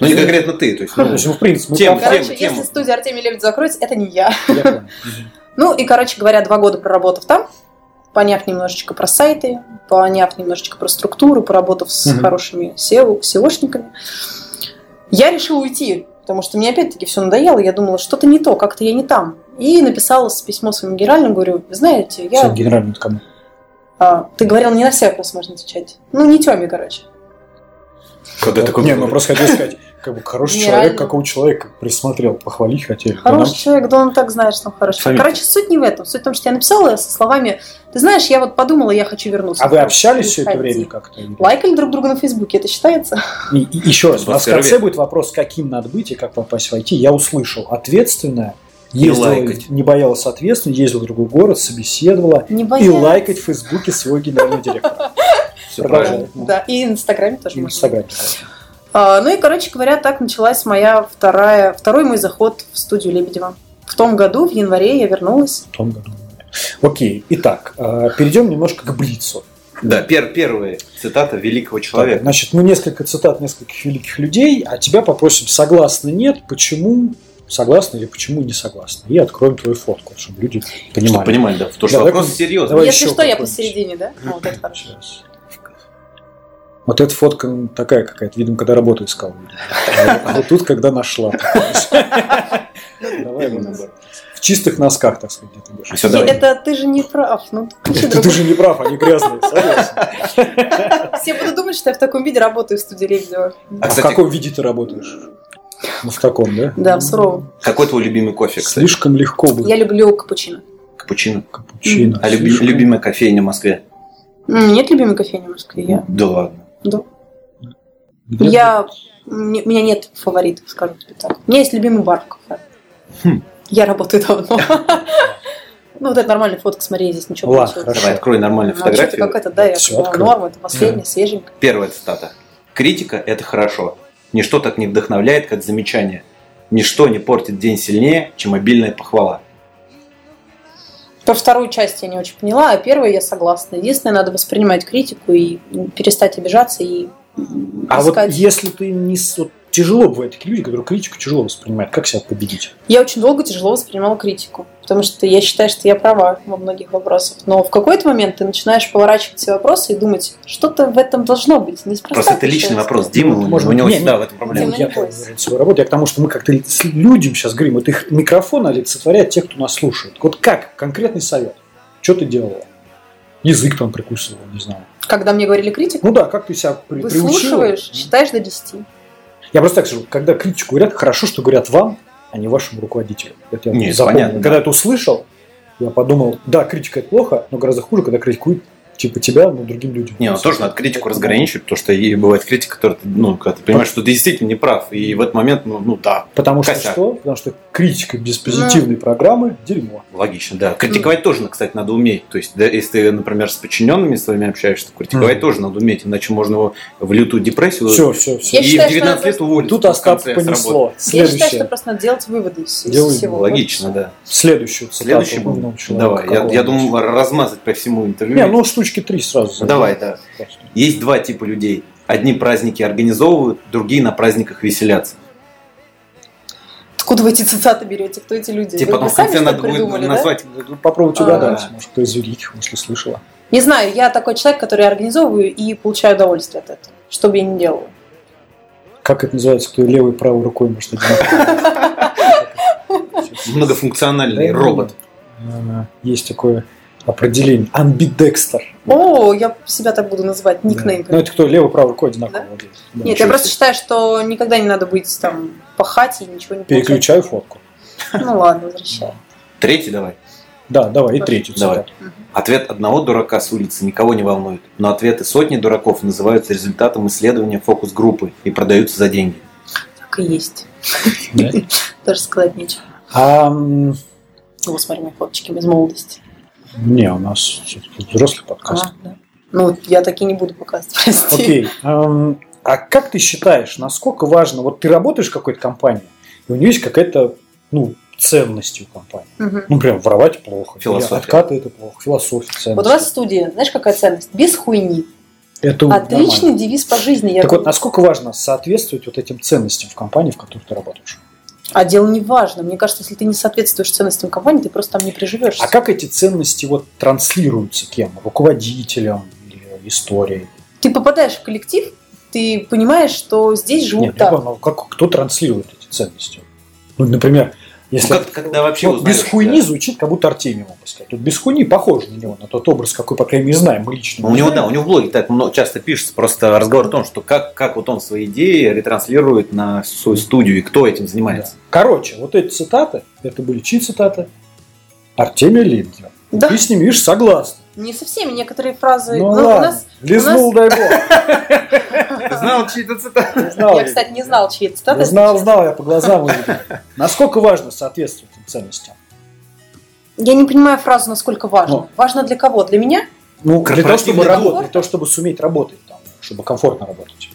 [SPEAKER 2] Ну, не конкретно ты, то есть,
[SPEAKER 1] Ну,
[SPEAKER 2] ну,
[SPEAKER 1] то есть, ну, в принципе, мы
[SPEAKER 2] Тем-
[SPEAKER 1] прям-
[SPEAKER 3] Короче,
[SPEAKER 2] тему, тему.
[SPEAKER 3] если студия Артемия Лебедь закроется, это не я.
[SPEAKER 1] Я понял.
[SPEAKER 3] Ну и, короче говоря, два года проработав там, поняв немножечко про сайты, поняв немножечко про структуру, поработав с
[SPEAKER 1] Мгм.
[SPEAKER 3] хорошими SEO, SEOшниками, я решила уйти, потому что мне опять-таки все надоело, я думала, что-то не то, как-то я не там. И написала с- письмо своему генеральному, говорю, «Вы знаете,
[SPEAKER 1] Всё,
[SPEAKER 3] я...
[SPEAKER 1] Генеральному кому?
[SPEAKER 3] а, ты говорил, не на все вопросы можно отвечать. Ну, не Тёме, короче.
[SPEAKER 2] когда такой...
[SPEAKER 1] Не, ну просто хотел сказать, как бы хороший человек,
[SPEAKER 3] Генеральному.
[SPEAKER 1] какого человека присмотрел, похвалить хотели. Да
[SPEAKER 3] Хороший
[SPEAKER 1] нам-
[SPEAKER 3] человек, да он так знает, что он хороший.
[SPEAKER 2] Фамилия.
[SPEAKER 3] Короче, суть не в этом. Суть в том, что я написала со словами, ты знаешь, я вот подумала, я хочу вернуться.
[SPEAKER 1] А вы общались все это
[SPEAKER 3] Приходи.
[SPEAKER 1] время как-то?
[SPEAKER 3] Лайкали друг друга на Фейсбуке, это считается?
[SPEAKER 1] И, и еще раз,
[SPEAKER 2] Просто
[SPEAKER 1] а в
[SPEAKER 2] сервис.
[SPEAKER 1] конце будет вопрос, каким надо быть и как попасть в IT. Я услышал ответственное, ездила,
[SPEAKER 2] лайкать.
[SPEAKER 1] не боялась ответственности, ездила в другой город, собеседовала
[SPEAKER 3] Не
[SPEAKER 1] и
[SPEAKER 3] боялась.
[SPEAKER 1] лайкать в Фейсбуке своего генерального директора.
[SPEAKER 2] Все
[SPEAKER 1] Продолжай.
[SPEAKER 2] правильно.
[SPEAKER 1] Ну,
[SPEAKER 3] Да, и в Инстаграме тоже
[SPEAKER 1] и в
[SPEAKER 3] можно.
[SPEAKER 1] Инстаграме.
[SPEAKER 3] А, ну и, короче говоря, так началась моя вторая, второй мой заход в студию Лебедева. В том году, в январе, я вернулась.
[SPEAKER 1] В том году. Окей, итак, э, перейдем немножко к Блицу.
[SPEAKER 2] Да, пер, первая цитата великого человека.
[SPEAKER 1] Значит, ну несколько цитат нескольких великих людей, а тебя попросим, согласны, нет, почему, согласны или почему не согласны. И откроем твою фотку, чтобы люди
[SPEAKER 2] Чтобы
[SPEAKER 1] понимали.
[SPEAKER 2] понимали, да. Потому что
[SPEAKER 1] Да, так-
[SPEAKER 2] вопрос серьезный.
[SPEAKER 1] ну, Давай
[SPEAKER 3] Если
[SPEAKER 1] еще
[SPEAKER 3] что, я
[SPEAKER 1] какой-нибудь.
[SPEAKER 3] посередине, да? Ну, Вот это хорошо.
[SPEAKER 1] Сейчас. Вот эта фотка ну, такая какая-то, видимо, когда работу искал. А вот тут, когда нашла. Давай вот
[SPEAKER 2] Именно.
[SPEAKER 1] В чистых носках, так сказать, где-то будешь.
[SPEAKER 2] Всё,
[SPEAKER 3] И
[SPEAKER 2] давай.
[SPEAKER 3] это ты же не прав. Ну, включи
[SPEAKER 1] Ты, ты
[SPEAKER 3] другой.
[SPEAKER 1] же не прав, они грязные,
[SPEAKER 2] А,
[SPEAKER 1] согласен.
[SPEAKER 3] Все будут думать, что я в таком виде работаю в студии Лебедева.
[SPEAKER 1] А в
[SPEAKER 2] кстати-
[SPEAKER 1] каком виде ты работаешь? Ну, в таком, да?
[SPEAKER 3] Да, в суровом.
[SPEAKER 2] Какой твой любимый кофе, кстати?
[SPEAKER 1] Слишком легко было.
[SPEAKER 3] Я люблю капучино.
[SPEAKER 2] Капучино.
[SPEAKER 1] Капучино.
[SPEAKER 2] А люби-
[SPEAKER 1] слишком-
[SPEAKER 2] любимая кофейня в Москве?
[SPEAKER 3] М, Нет любимой кофейни в Москве? Я,
[SPEAKER 2] Да ладно.
[SPEAKER 1] Да?
[SPEAKER 3] я... м, У меня нет фаворитов, скажем тебе так. У меня есть любимый бар в кафе.
[SPEAKER 2] Хм.
[SPEAKER 3] Я работаю давно. Ну, вот это нормальная фотка, смотри, здесь ничего
[SPEAKER 1] Ладно,
[SPEAKER 3] получилось.
[SPEAKER 1] хорошо.
[SPEAKER 2] Давай, открой нормальную
[SPEAKER 3] Ну, а что ты
[SPEAKER 2] фотографию.
[SPEAKER 3] как это, да, я
[SPEAKER 1] Всё, Хм.
[SPEAKER 3] поняла,
[SPEAKER 1] открыл.
[SPEAKER 3] норма, это последняя, свеженькая.
[SPEAKER 2] Первая цитата. Критика – это хорошо. Ничто так не вдохновляет, как замечание. Ничто не портит день сильнее, чем обильная похвала.
[SPEAKER 3] Про вторую часть я не очень поняла, а первую я согласна. Единственное, надо воспринимать критику и перестать обижаться и м,
[SPEAKER 1] А вот
[SPEAKER 3] искать.
[SPEAKER 1] если ты не... с- вот тяжело бывает, такие люди, которые критику тяжело воспринимают. Как себя победить?
[SPEAKER 3] Я очень долго тяжело воспринимала критику, потому что я считаю, что я права во многих вопросах. Но в какой-то момент ты начинаешь поворачивать все вопросы и думать, что-то в этом должно быть. Неспроста
[SPEAKER 2] Просто это
[SPEAKER 3] ты
[SPEAKER 2] личный
[SPEAKER 3] человек.
[SPEAKER 2] вопрос Димы, у него-
[SPEAKER 1] Можно-
[SPEAKER 2] у него
[SPEAKER 1] не,
[SPEAKER 2] всегда
[SPEAKER 1] не,
[SPEAKER 2] в этом
[SPEAKER 3] Дим,
[SPEAKER 2] проблема.
[SPEAKER 3] ну
[SPEAKER 1] я
[SPEAKER 3] не бойся.
[SPEAKER 1] говорю, свою работу. Я к тому, что мы как-то с людям сейчас говорим, вот их микрофон олицетворяет тех, кто нас слушает. Вот как? Конкретный совет. Что ты делала? Язык там прикусывал, не знаю.
[SPEAKER 3] Когда мне говорили критику,
[SPEAKER 1] Ну да, как ты себя при, приучила?
[SPEAKER 3] выслушиваешь, считаешь до 10.
[SPEAKER 1] Я просто так скажу, когда критику говорят, хорошо, что говорят вам, а не вашему руководителю. Это я
[SPEAKER 2] Нет,
[SPEAKER 1] запомнил.
[SPEAKER 2] понятно,
[SPEAKER 1] Когда я это услышал, я подумал, да, критика это плохо, но гораздо хуже, когда критикуют типа тебя, но другим людям.
[SPEAKER 2] Не, ну тоже надо критику разграничивать, потому что и бывает критика, которая, ты, ну, когда ты понимаешь, что ты действительно не прав, и в этот момент, ну, ну да,
[SPEAKER 1] Потому что
[SPEAKER 2] Косяк.
[SPEAKER 1] что? Потому что критика без позитивной программы – дерьмо.
[SPEAKER 2] логично, да. Критиковать тоже, кстати, надо уметь. То есть, да, если ты, например, с подчиненными своими общаешься, то критиковать
[SPEAKER 1] Мгм.
[SPEAKER 2] тоже надо уметь, иначе можно его в лютую депрессию
[SPEAKER 1] Все, все, все.
[SPEAKER 2] и
[SPEAKER 3] Я считаю,
[SPEAKER 2] Ну, в
[SPEAKER 3] что
[SPEAKER 2] 19
[SPEAKER 3] надо
[SPEAKER 2] лет уволить.
[SPEAKER 1] Тут Остап понесло.
[SPEAKER 3] Я считаю, что
[SPEAKER 1] Следующее.
[SPEAKER 3] просто надо делать выводы из из
[SPEAKER 1] Делай
[SPEAKER 3] всего.
[SPEAKER 1] выводы.
[SPEAKER 2] Ну, Логично, да.
[SPEAKER 1] Следующую цитату.
[SPEAKER 2] Следующий
[SPEAKER 1] умного
[SPEAKER 2] был?
[SPEAKER 1] человека.
[SPEAKER 2] Давай, я,
[SPEAKER 1] Какого?
[SPEAKER 2] я думал размазать по всему интервью.
[SPEAKER 1] Не, ну штучки три сразу.
[SPEAKER 2] Давай, да. Есть два типа людей. Одни праздники организовывают, другие на праздниках веселятся.
[SPEAKER 3] Откуда вы эти цитаты берете? Кто эти люди?
[SPEAKER 2] Тебе
[SPEAKER 3] Вы-
[SPEAKER 2] Типа потом
[SPEAKER 3] вы
[SPEAKER 2] ну, в
[SPEAKER 3] сами
[SPEAKER 2] конце
[SPEAKER 3] что-то
[SPEAKER 2] надо будет
[SPEAKER 3] придумали, да?
[SPEAKER 2] назвать.
[SPEAKER 1] Попробовать
[SPEAKER 3] А.
[SPEAKER 1] Ну, угадать, может, кто из великих, если слышала.
[SPEAKER 3] Не знаю, я такой человек, который организовываю и получаю удовольствие от этого, что бы я ни делала.
[SPEAKER 1] Как это называется, кто левой и правой рукой может одинаково?
[SPEAKER 2] Многофункциональный робот.
[SPEAKER 1] Э, Есть такое определение. Амбидекстер.
[SPEAKER 3] О, я себя так буду называть, никнейм.
[SPEAKER 1] Да. Ну, это кто левой правой рукой одинаково
[SPEAKER 3] Да?
[SPEAKER 1] владеет. Да.
[SPEAKER 3] Нет,
[SPEAKER 2] Ничего
[SPEAKER 3] я просто
[SPEAKER 2] себе.
[SPEAKER 3] считаю, что никогда не надо быть там пахать и ничего не получать.
[SPEAKER 1] Переключаю фотку.
[SPEAKER 3] Ну ладно, возвращаю.
[SPEAKER 2] Третий давай.
[SPEAKER 1] Да, давай, и третью
[SPEAKER 2] Давай.
[SPEAKER 1] цитату.
[SPEAKER 2] Ответ одного дурака с улицы никого не волнует, но ответы сотни дураков называются результатом исследования фокус-группы и продаются за деньги.
[SPEAKER 3] Так и есть.
[SPEAKER 1] Да.
[SPEAKER 3] Даже сказать нечего.
[SPEAKER 1] А, м,
[SPEAKER 3] Ну, вот смотри, мои фоточки без молодости.
[SPEAKER 1] не, у нас всё-таки взрослый подкаст.
[SPEAKER 3] А, да. Ну, я такие не буду показывать, прости.
[SPEAKER 1] Окей. эм, А как ты считаешь, насколько важно, вот ты работаешь в какой-то компании, и у нее есть какая-то ну, ценность у компании.
[SPEAKER 3] Мгм.
[SPEAKER 1] Ну, прям воровать плохо. или
[SPEAKER 2] Философия.
[SPEAKER 1] Откаты это плохо. Философия, ценность.
[SPEAKER 3] Вот у вас в студии, знаешь, какая ценность? Без хуйни.
[SPEAKER 1] это
[SPEAKER 3] Отличный
[SPEAKER 1] Ну, нормально.
[SPEAKER 3] девиз по жизни. Я
[SPEAKER 1] Так вот,
[SPEAKER 3] думаю.
[SPEAKER 1] насколько важно соответствовать вот этим ценностям в компании, в которой ты работаешь?
[SPEAKER 3] А дело не важно. Мне кажется, если ты не соответствуешь ценностям компании, ты просто там не приживешься.
[SPEAKER 1] А как эти ценности вот транслируются кем? Руководителям или историей?
[SPEAKER 3] Ты попадаешь в коллектив, ты понимаешь, что здесь живут
[SPEAKER 1] Нет, я
[SPEAKER 3] так.
[SPEAKER 1] понял, как, кто транслирует эти ценности? Ну, например,
[SPEAKER 2] Ну,
[SPEAKER 1] если...
[SPEAKER 2] как, когда вообще
[SPEAKER 1] Вот без
[SPEAKER 2] узнаешь,
[SPEAKER 1] хуйни
[SPEAKER 2] да.
[SPEAKER 1] звучит, как будто Артемьев мог бы сказать. Вот без хуйни похож на него, на тот образ, какой, по крайней мере, знаем мы лично.
[SPEAKER 2] Ну, У него, да, у него в блоге так много, часто пишется просто разговор о том, что как, как вот он свои идеи ретранслирует на всю свою студию и кто этим занимается.
[SPEAKER 1] Короче, вот эти цитаты, это были чьи цитаты? Артемия Линдера.
[SPEAKER 3] Да,
[SPEAKER 1] Ты с ними, видишь, согласна.
[SPEAKER 3] не со всеми. Некоторые фразы...
[SPEAKER 1] Ну,
[SPEAKER 3] Ну, у
[SPEAKER 1] ладно,
[SPEAKER 3] нас...
[SPEAKER 1] лизнул, дай бог.
[SPEAKER 2] Знал чьи-то цитаты?
[SPEAKER 1] Не знал
[SPEAKER 3] я, кстати, не знал, чьи это
[SPEAKER 1] Ну,
[SPEAKER 3] цитаты.
[SPEAKER 1] знал,
[SPEAKER 3] если
[SPEAKER 1] знал, я по глазам увидел. Насколько важно соответствовать этим ценностям?
[SPEAKER 3] честно. Я не понимаю фразу, насколько важно.
[SPEAKER 1] Ну.
[SPEAKER 3] Важно для кого? Для меня?
[SPEAKER 1] Ну, для того, чтобы
[SPEAKER 2] Корпоративный
[SPEAKER 1] работать,
[SPEAKER 3] дух.
[SPEAKER 1] для того, чтобы суметь работать там, чтобы комфортно работать.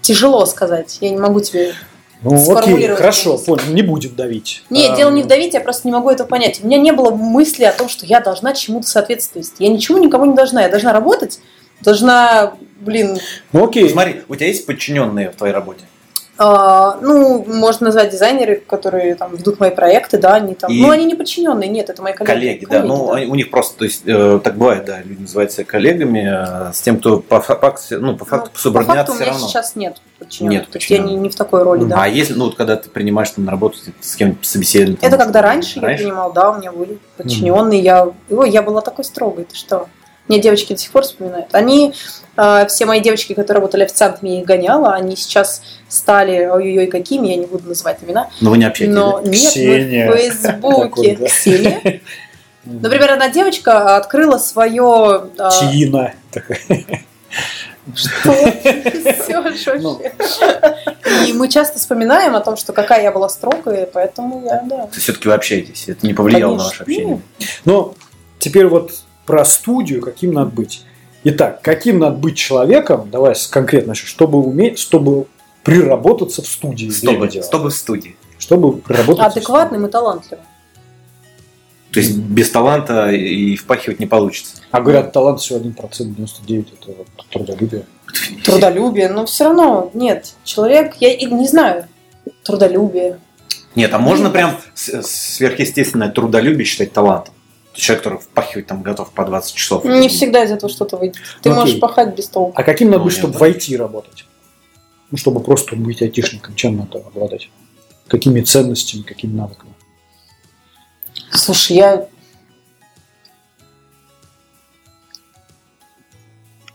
[SPEAKER 3] Тяжело сказать. Я не могу тебе...
[SPEAKER 1] Ну, окей,
[SPEAKER 3] Сформулировать
[SPEAKER 1] хорошо,
[SPEAKER 3] ценности.
[SPEAKER 1] понял, не будем давить.
[SPEAKER 3] Нет,
[SPEAKER 1] Эм,
[SPEAKER 3] дело не в давите, я просто не могу этого понять. У меня не было мысли о том, что я должна чему-то соответствовать. Я ничему никому не должна. Я должна работать, должна, блин,
[SPEAKER 1] Ну, окей,
[SPEAKER 2] Смотри, у тебя есть подчиненные в твоей работе?
[SPEAKER 3] А, ну, можно назвать дизайнеры, которые там ведут мои проекты, да, они там.
[SPEAKER 2] И-
[SPEAKER 3] Ну, они не подчиненные, нет, это мои коллеги.
[SPEAKER 2] Коллеги, да. Ну,
[SPEAKER 3] да.
[SPEAKER 2] они- у них просто, то есть, э, так бывает, да, люди называют себя коллегами, а с тем, кто по, фа- пак- ну, по факту, по
[SPEAKER 3] Ну, По факту
[SPEAKER 2] субординации
[SPEAKER 3] у
[SPEAKER 2] все
[SPEAKER 3] меня
[SPEAKER 2] равно.
[SPEAKER 3] сейчас нет подчиненных.
[SPEAKER 2] Нет
[SPEAKER 3] то есть я не,
[SPEAKER 2] подчиненных.
[SPEAKER 3] не в такой роли, да.
[SPEAKER 2] А если, ну, вот когда ты принимаешь там на работу ты с кем-нибудь собеседовать? там,
[SPEAKER 3] Это когда
[SPEAKER 2] что-то,
[SPEAKER 3] раньше,
[SPEAKER 2] знаешь?
[SPEAKER 3] я понимал, да, у меня были подчиненные, я, ой, я была такой строгой, ты что? Мне девочки до сих пор вспоминают. Они, э, все мои девочки, которые работали официантами, я их гоняла, они сейчас стали, ой-ой-ой, какими, я не буду называть имена.
[SPEAKER 2] Но Ну, вы не общаетесь.
[SPEAKER 3] Но нет,
[SPEAKER 1] Ксения.
[SPEAKER 3] мы в Фейсбуке.
[SPEAKER 1] Такой, да.
[SPEAKER 3] Ксения.
[SPEAKER 1] М,
[SPEAKER 3] Например, одна девочка открыла а, свое...
[SPEAKER 1] Тина. такая.
[SPEAKER 3] Что ты несёшь
[SPEAKER 1] Ну.
[SPEAKER 3] вообще? И мы часто вспоминаем о том, что какая я была строгая, поэтому я, да.
[SPEAKER 2] все-таки вы общаетесь. Это не повлияло на
[SPEAKER 3] Конечно.
[SPEAKER 2] ваше общение.
[SPEAKER 1] Но Ну, теперь вот про студию, каким надо быть. Итак, каким надо быть человеком, давай с- конкретно, еще, чтобы уметь, чтобы приработаться в студии.
[SPEAKER 3] Ну,
[SPEAKER 2] Чтобы,
[SPEAKER 1] Лебедева.
[SPEAKER 2] чтобы в студии.
[SPEAKER 1] Чтобы приработаться в
[SPEAKER 3] Адекватным и талантливым.
[SPEAKER 2] То есть без таланта и впахивать не получится.
[SPEAKER 1] студии. А говорят, талант всего 1%, 99% это вот трудолюбие.
[SPEAKER 3] Трудолюбие, но все равно, нет. Человек, я и не знаю, трудолюбие.
[SPEAKER 2] Нет, а
[SPEAKER 3] Ну,
[SPEAKER 2] можно прям с- сверхъестественное трудолюбие считать талантом? Человек, который впахивает там готов по 20 часов.
[SPEAKER 3] Не всегда из этого что-то выйдет. Ты
[SPEAKER 1] Окей.
[SPEAKER 3] можешь пахать без толку.
[SPEAKER 1] А каким надо
[SPEAKER 2] Ну,
[SPEAKER 1] быть,
[SPEAKER 2] нет,
[SPEAKER 1] чтобы
[SPEAKER 2] да.
[SPEAKER 1] войти работать? Ну, чтобы просто быть айтишником, чем надо обладать? Какими ценностями, какими навыками?
[SPEAKER 3] Слушай, я...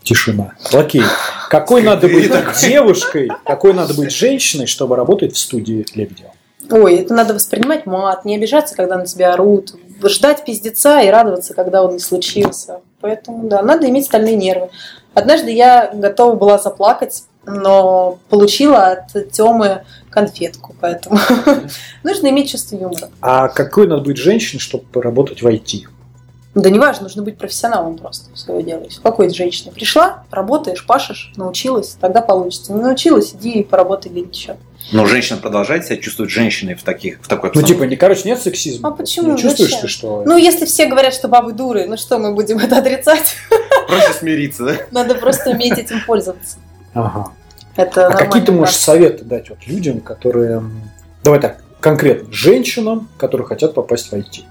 [SPEAKER 1] Тишина. Окей. Какой надо
[SPEAKER 2] Ты
[SPEAKER 1] быть
[SPEAKER 2] такой.
[SPEAKER 1] девушкой, какой надо быть женщиной, чтобы работать в студии Лебедева?
[SPEAKER 3] Ой, это надо воспринимать мат, не обижаться, когда на тебя орут, ждать пиздеца и радоваться, когда он не случился. Поэтому, да, надо иметь стальные нервы. Однажды я готова была заплакать, но получила от Темы конфетку, поэтому нужно иметь чувство юмора.
[SPEAKER 1] А какой надо быть женщиной, чтобы поработать в IT?
[SPEAKER 3] Да неважно, нужно быть профессионалом просто своего дела. Если Какой-то женщина пришла, работаешь, пашешь, научилась, тогда получится. Не научилась, иди и поработай где-нибудь еще.
[SPEAKER 2] Но женщина продолжает себя чувствовать женщиной в, таких, в такой
[SPEAKER 1] Ну,
[SPEAKER 2] обстановке.
[SPEAKER 1] типа, не, короче, нет сексизма.
[SPEAKER 3] А почему?
[SPEAKER 1] Не чувствуешь
[SPEAKER 3] Зачем?
[SPEAKER 1] ты, что...
[SPEAKER 3] Ну, если все говорят, что бабы дуры, ну что, мы будем это отрицать?
[SPEAKER 2] типа, Проще смириться, да?
[SPEAKER 3] Надо просто уметь этим пользоваться.
[SPEAKER 1] Ага.
[SPEAKER 3] Это
[SPEAKER 1] А какие ты
[SPEAKER 3] нормально,
[SPEAKER 1] можешь советы дать вот людям, которые... м, Давай так, конкретно, женщинам, которые хотят попасть в IT?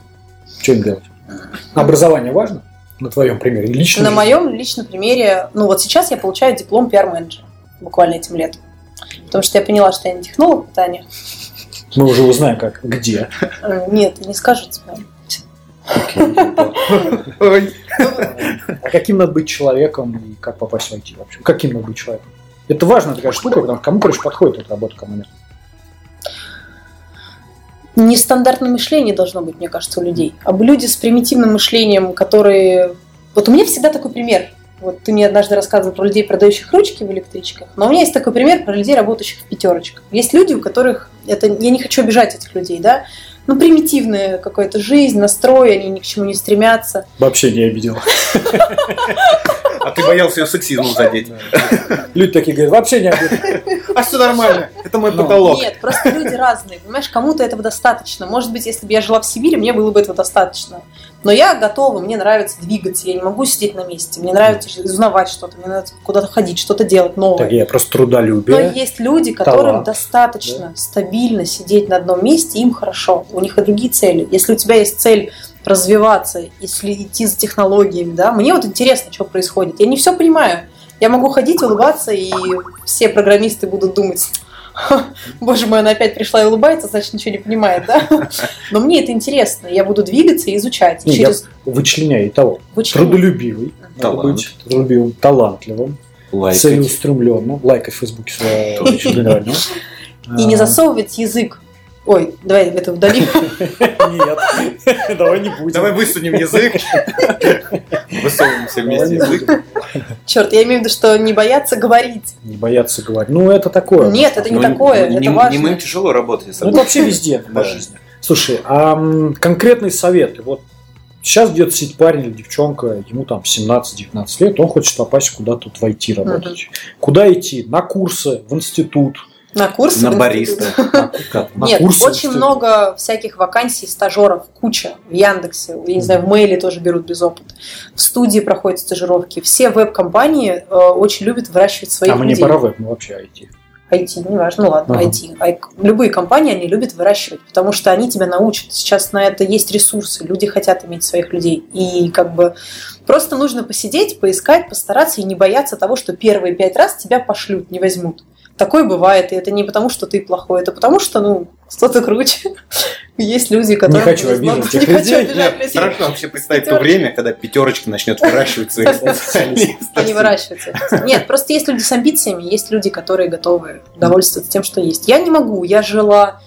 [SPEAKER 1] Что им делать? Образование важно? На твоем примере?
[SPEAKER 3] да.
[SPEAKER 1] Лично?
[SPEAKER 3] Ну, На моем личном примере, ну вот сейчас я получаю диплом пиар-менеджера буквально этим летом. Потому что я поняла, что я не технолог, Таня.
[SPEAKER 1] Мы уже узнаем, как, где.
[SPEAKER 3] Э, Нет, не скажу тебе.
[SPEAKER 1] А каким надо быть человеком и как попасть в IT вообще? Каким надо быть человеком? Это важная такая штука, потому что кому, короче, подходит эта работа, кому нет.
[SPEAKER 3] Нестандартное мышление должно быть, мне кажется, у людей. А люди с примитивным мышлением, которые... Вот у меня всегда такой пример. Вот ты мне однажды рассказывал про людей, продающих ручки в электричках, но у меня есть такой пример про людей, работающих в пятерочках. Есть люди, у которых... это Я не хочу обижать этих людей, да? Ну, примитивная какая-то жизнь, настрой, они ни к чему не стремятся.
[SPEAKER 1] Вообще не обидел.
[SPEAKER 2] А ты боялся ее сексизмом задеть.
[SPEAKER 1] Люди такие говорят, вообще не обидно.
[SPEAKER 2] А все нормально, это мой
[SPEAKER 1] Ну.
[SPEAKER 2] потолок.
[SPEAKER 3] Нет, просто люди разные, понимаешь, кому-то этого достаточно. Может быть, если бы я жила в Сибири, мне было бы этого достаточно. Но я готова, мне нравится двигаться, я не могу сидеть на месте, мне нравится узнавать что-то, мне нравится куда-то ходить, что-то делать новое.
[SPEAKER 1] Так я просто
[SPEAKER 3] Но
[SPEAKER 1] трудолюбие.
[SPEAKER 3] есть люди, которым
[SPEAKER 1] талант,
[SPEAKER 3] достаточно стабильно сидеть на одном месте, им хорошо. У них и другие цели. Если у тебя есть цель развиваться и следить идти за технологиями, да, мне вот интересно, что происходит. Я не все понимаю. Я могу ходить, улыбаться, и все программисты будут думать, «Ха, боже мой, она опять пришла и улыбается, значит, ничего не понимает, да? Но мне это интересно. Я буду двигаться и изучать.
[SPEAKER 1] Не, я
[SPEAKER 3] Через...
[SPEAKER 1] вычленяю и того.
[SPEAKER 3] вычленение.
[SPEAKER 1] Трудолюбивый. Надо
[SPEAKER 2] Талант.
[SPEAKER 1] быть трудолюбивым, талантливым,
[SPEAKER 2] Лайкать.
[SPEAKER 1] целеустремленным. Лайкай в Фейсбуке своего
[SPEAKER 2] Точно.
[SPEAKER 1] генерального.
[SPEAKER 3] И не
[SPEAKER 1] А,
[SPEAKER 3] засовывать язык. Ой, давай это удалим.
[SPEAKER 1] Нет, давай не будем.
[SPEAKER 2] Давай высунем язык. Высовываем все вместе язык.
[SPEAKER 3] Черт, я имею в виду, что не бояться говорить.
[SPEAKER 1] Не бояться говорить. Ну, это такое.
[SPEAKER 3] Нет, это не
[SPEAKER 2] Ну,
[SPEAKER 3] такое,
[SPEAKER 2] не-
[SPEAKER 3] это
[SPEAKER 2] не-
[SPEAKER 3] важно.
[SPEAKER 2] Немым тяжело работать. я
[SPEAKER 1] Ну,
[SPEAKER 2] согласен.
[SPEAKER 1] это вообще везде по
[SPEAKER 2] Да.
[SPEAKER 1] жизни. Слушай, а м, конкретные советы. Вот сейчас где-то сидит парень или девчонка, ему там 17-19 лет, он хочет попасть куда-то вот в IT работать. Куда идти? На курсы, в институт.
[SPEAKER 3] На курсы?
[SPEAKER 2] На
[SPEAKER 3] в институт?
[SPEAKER 2] бариста.
[SPEAKER 1] Как? На
[SPEAKER 3] Нет,
[SPEAKER 1] курсы, в
[SPEAKER 3] очень
[SPEAKER 1] институт.
[SPEAKER 3] много всяких вакансий, стажеров, куча в Яндексе, я не знаю, в Мейле тоже берут без опыта. В студии проходят стажировки. Все веб-компании э, очень любят выращивать своих
[SPEAKER 1] А мы не
[SPEAKER 3] людей.
[SPEAKER 1] пора в это, мы вообще А IT.
[SPEAKER 3] IT, не важно, ну ладно,
[SPEAKER 1] Ага.
[SPEAKER 3] IT. А к- Любые компании они любят выращивать, потому что они тебя научат. Сейчас на это есть ресурсы, люди хотят иметь своих людей. И как бы просто нужно посидеть, поискать, постараться и не бояться того, что первые пять раз тебя пошлют, не возьмут. Такое бывает, и это не потому, что ты плохой, это потому, что, ну, кто-то круче. Есть люди, которые...
[SPEAKER 1] хочу обижать этих
[SPEAKER 3] Не хочу
[SPEAKER 1] людей.
[SPEAKER 3] обижать людей.
[SPEAKER 2] Страшно вообще представить то
[SPEAKER 3] Пятерочка.
[SPEAKER 2] время, когда пятерочка начнет выращивать своих специалистов.
[SPEAKER 3] Они выращиваются. Нет, просто есть люди с амбициями, есть люди, которые готовы довольствоваться тем, что есть. Я не могу, я жила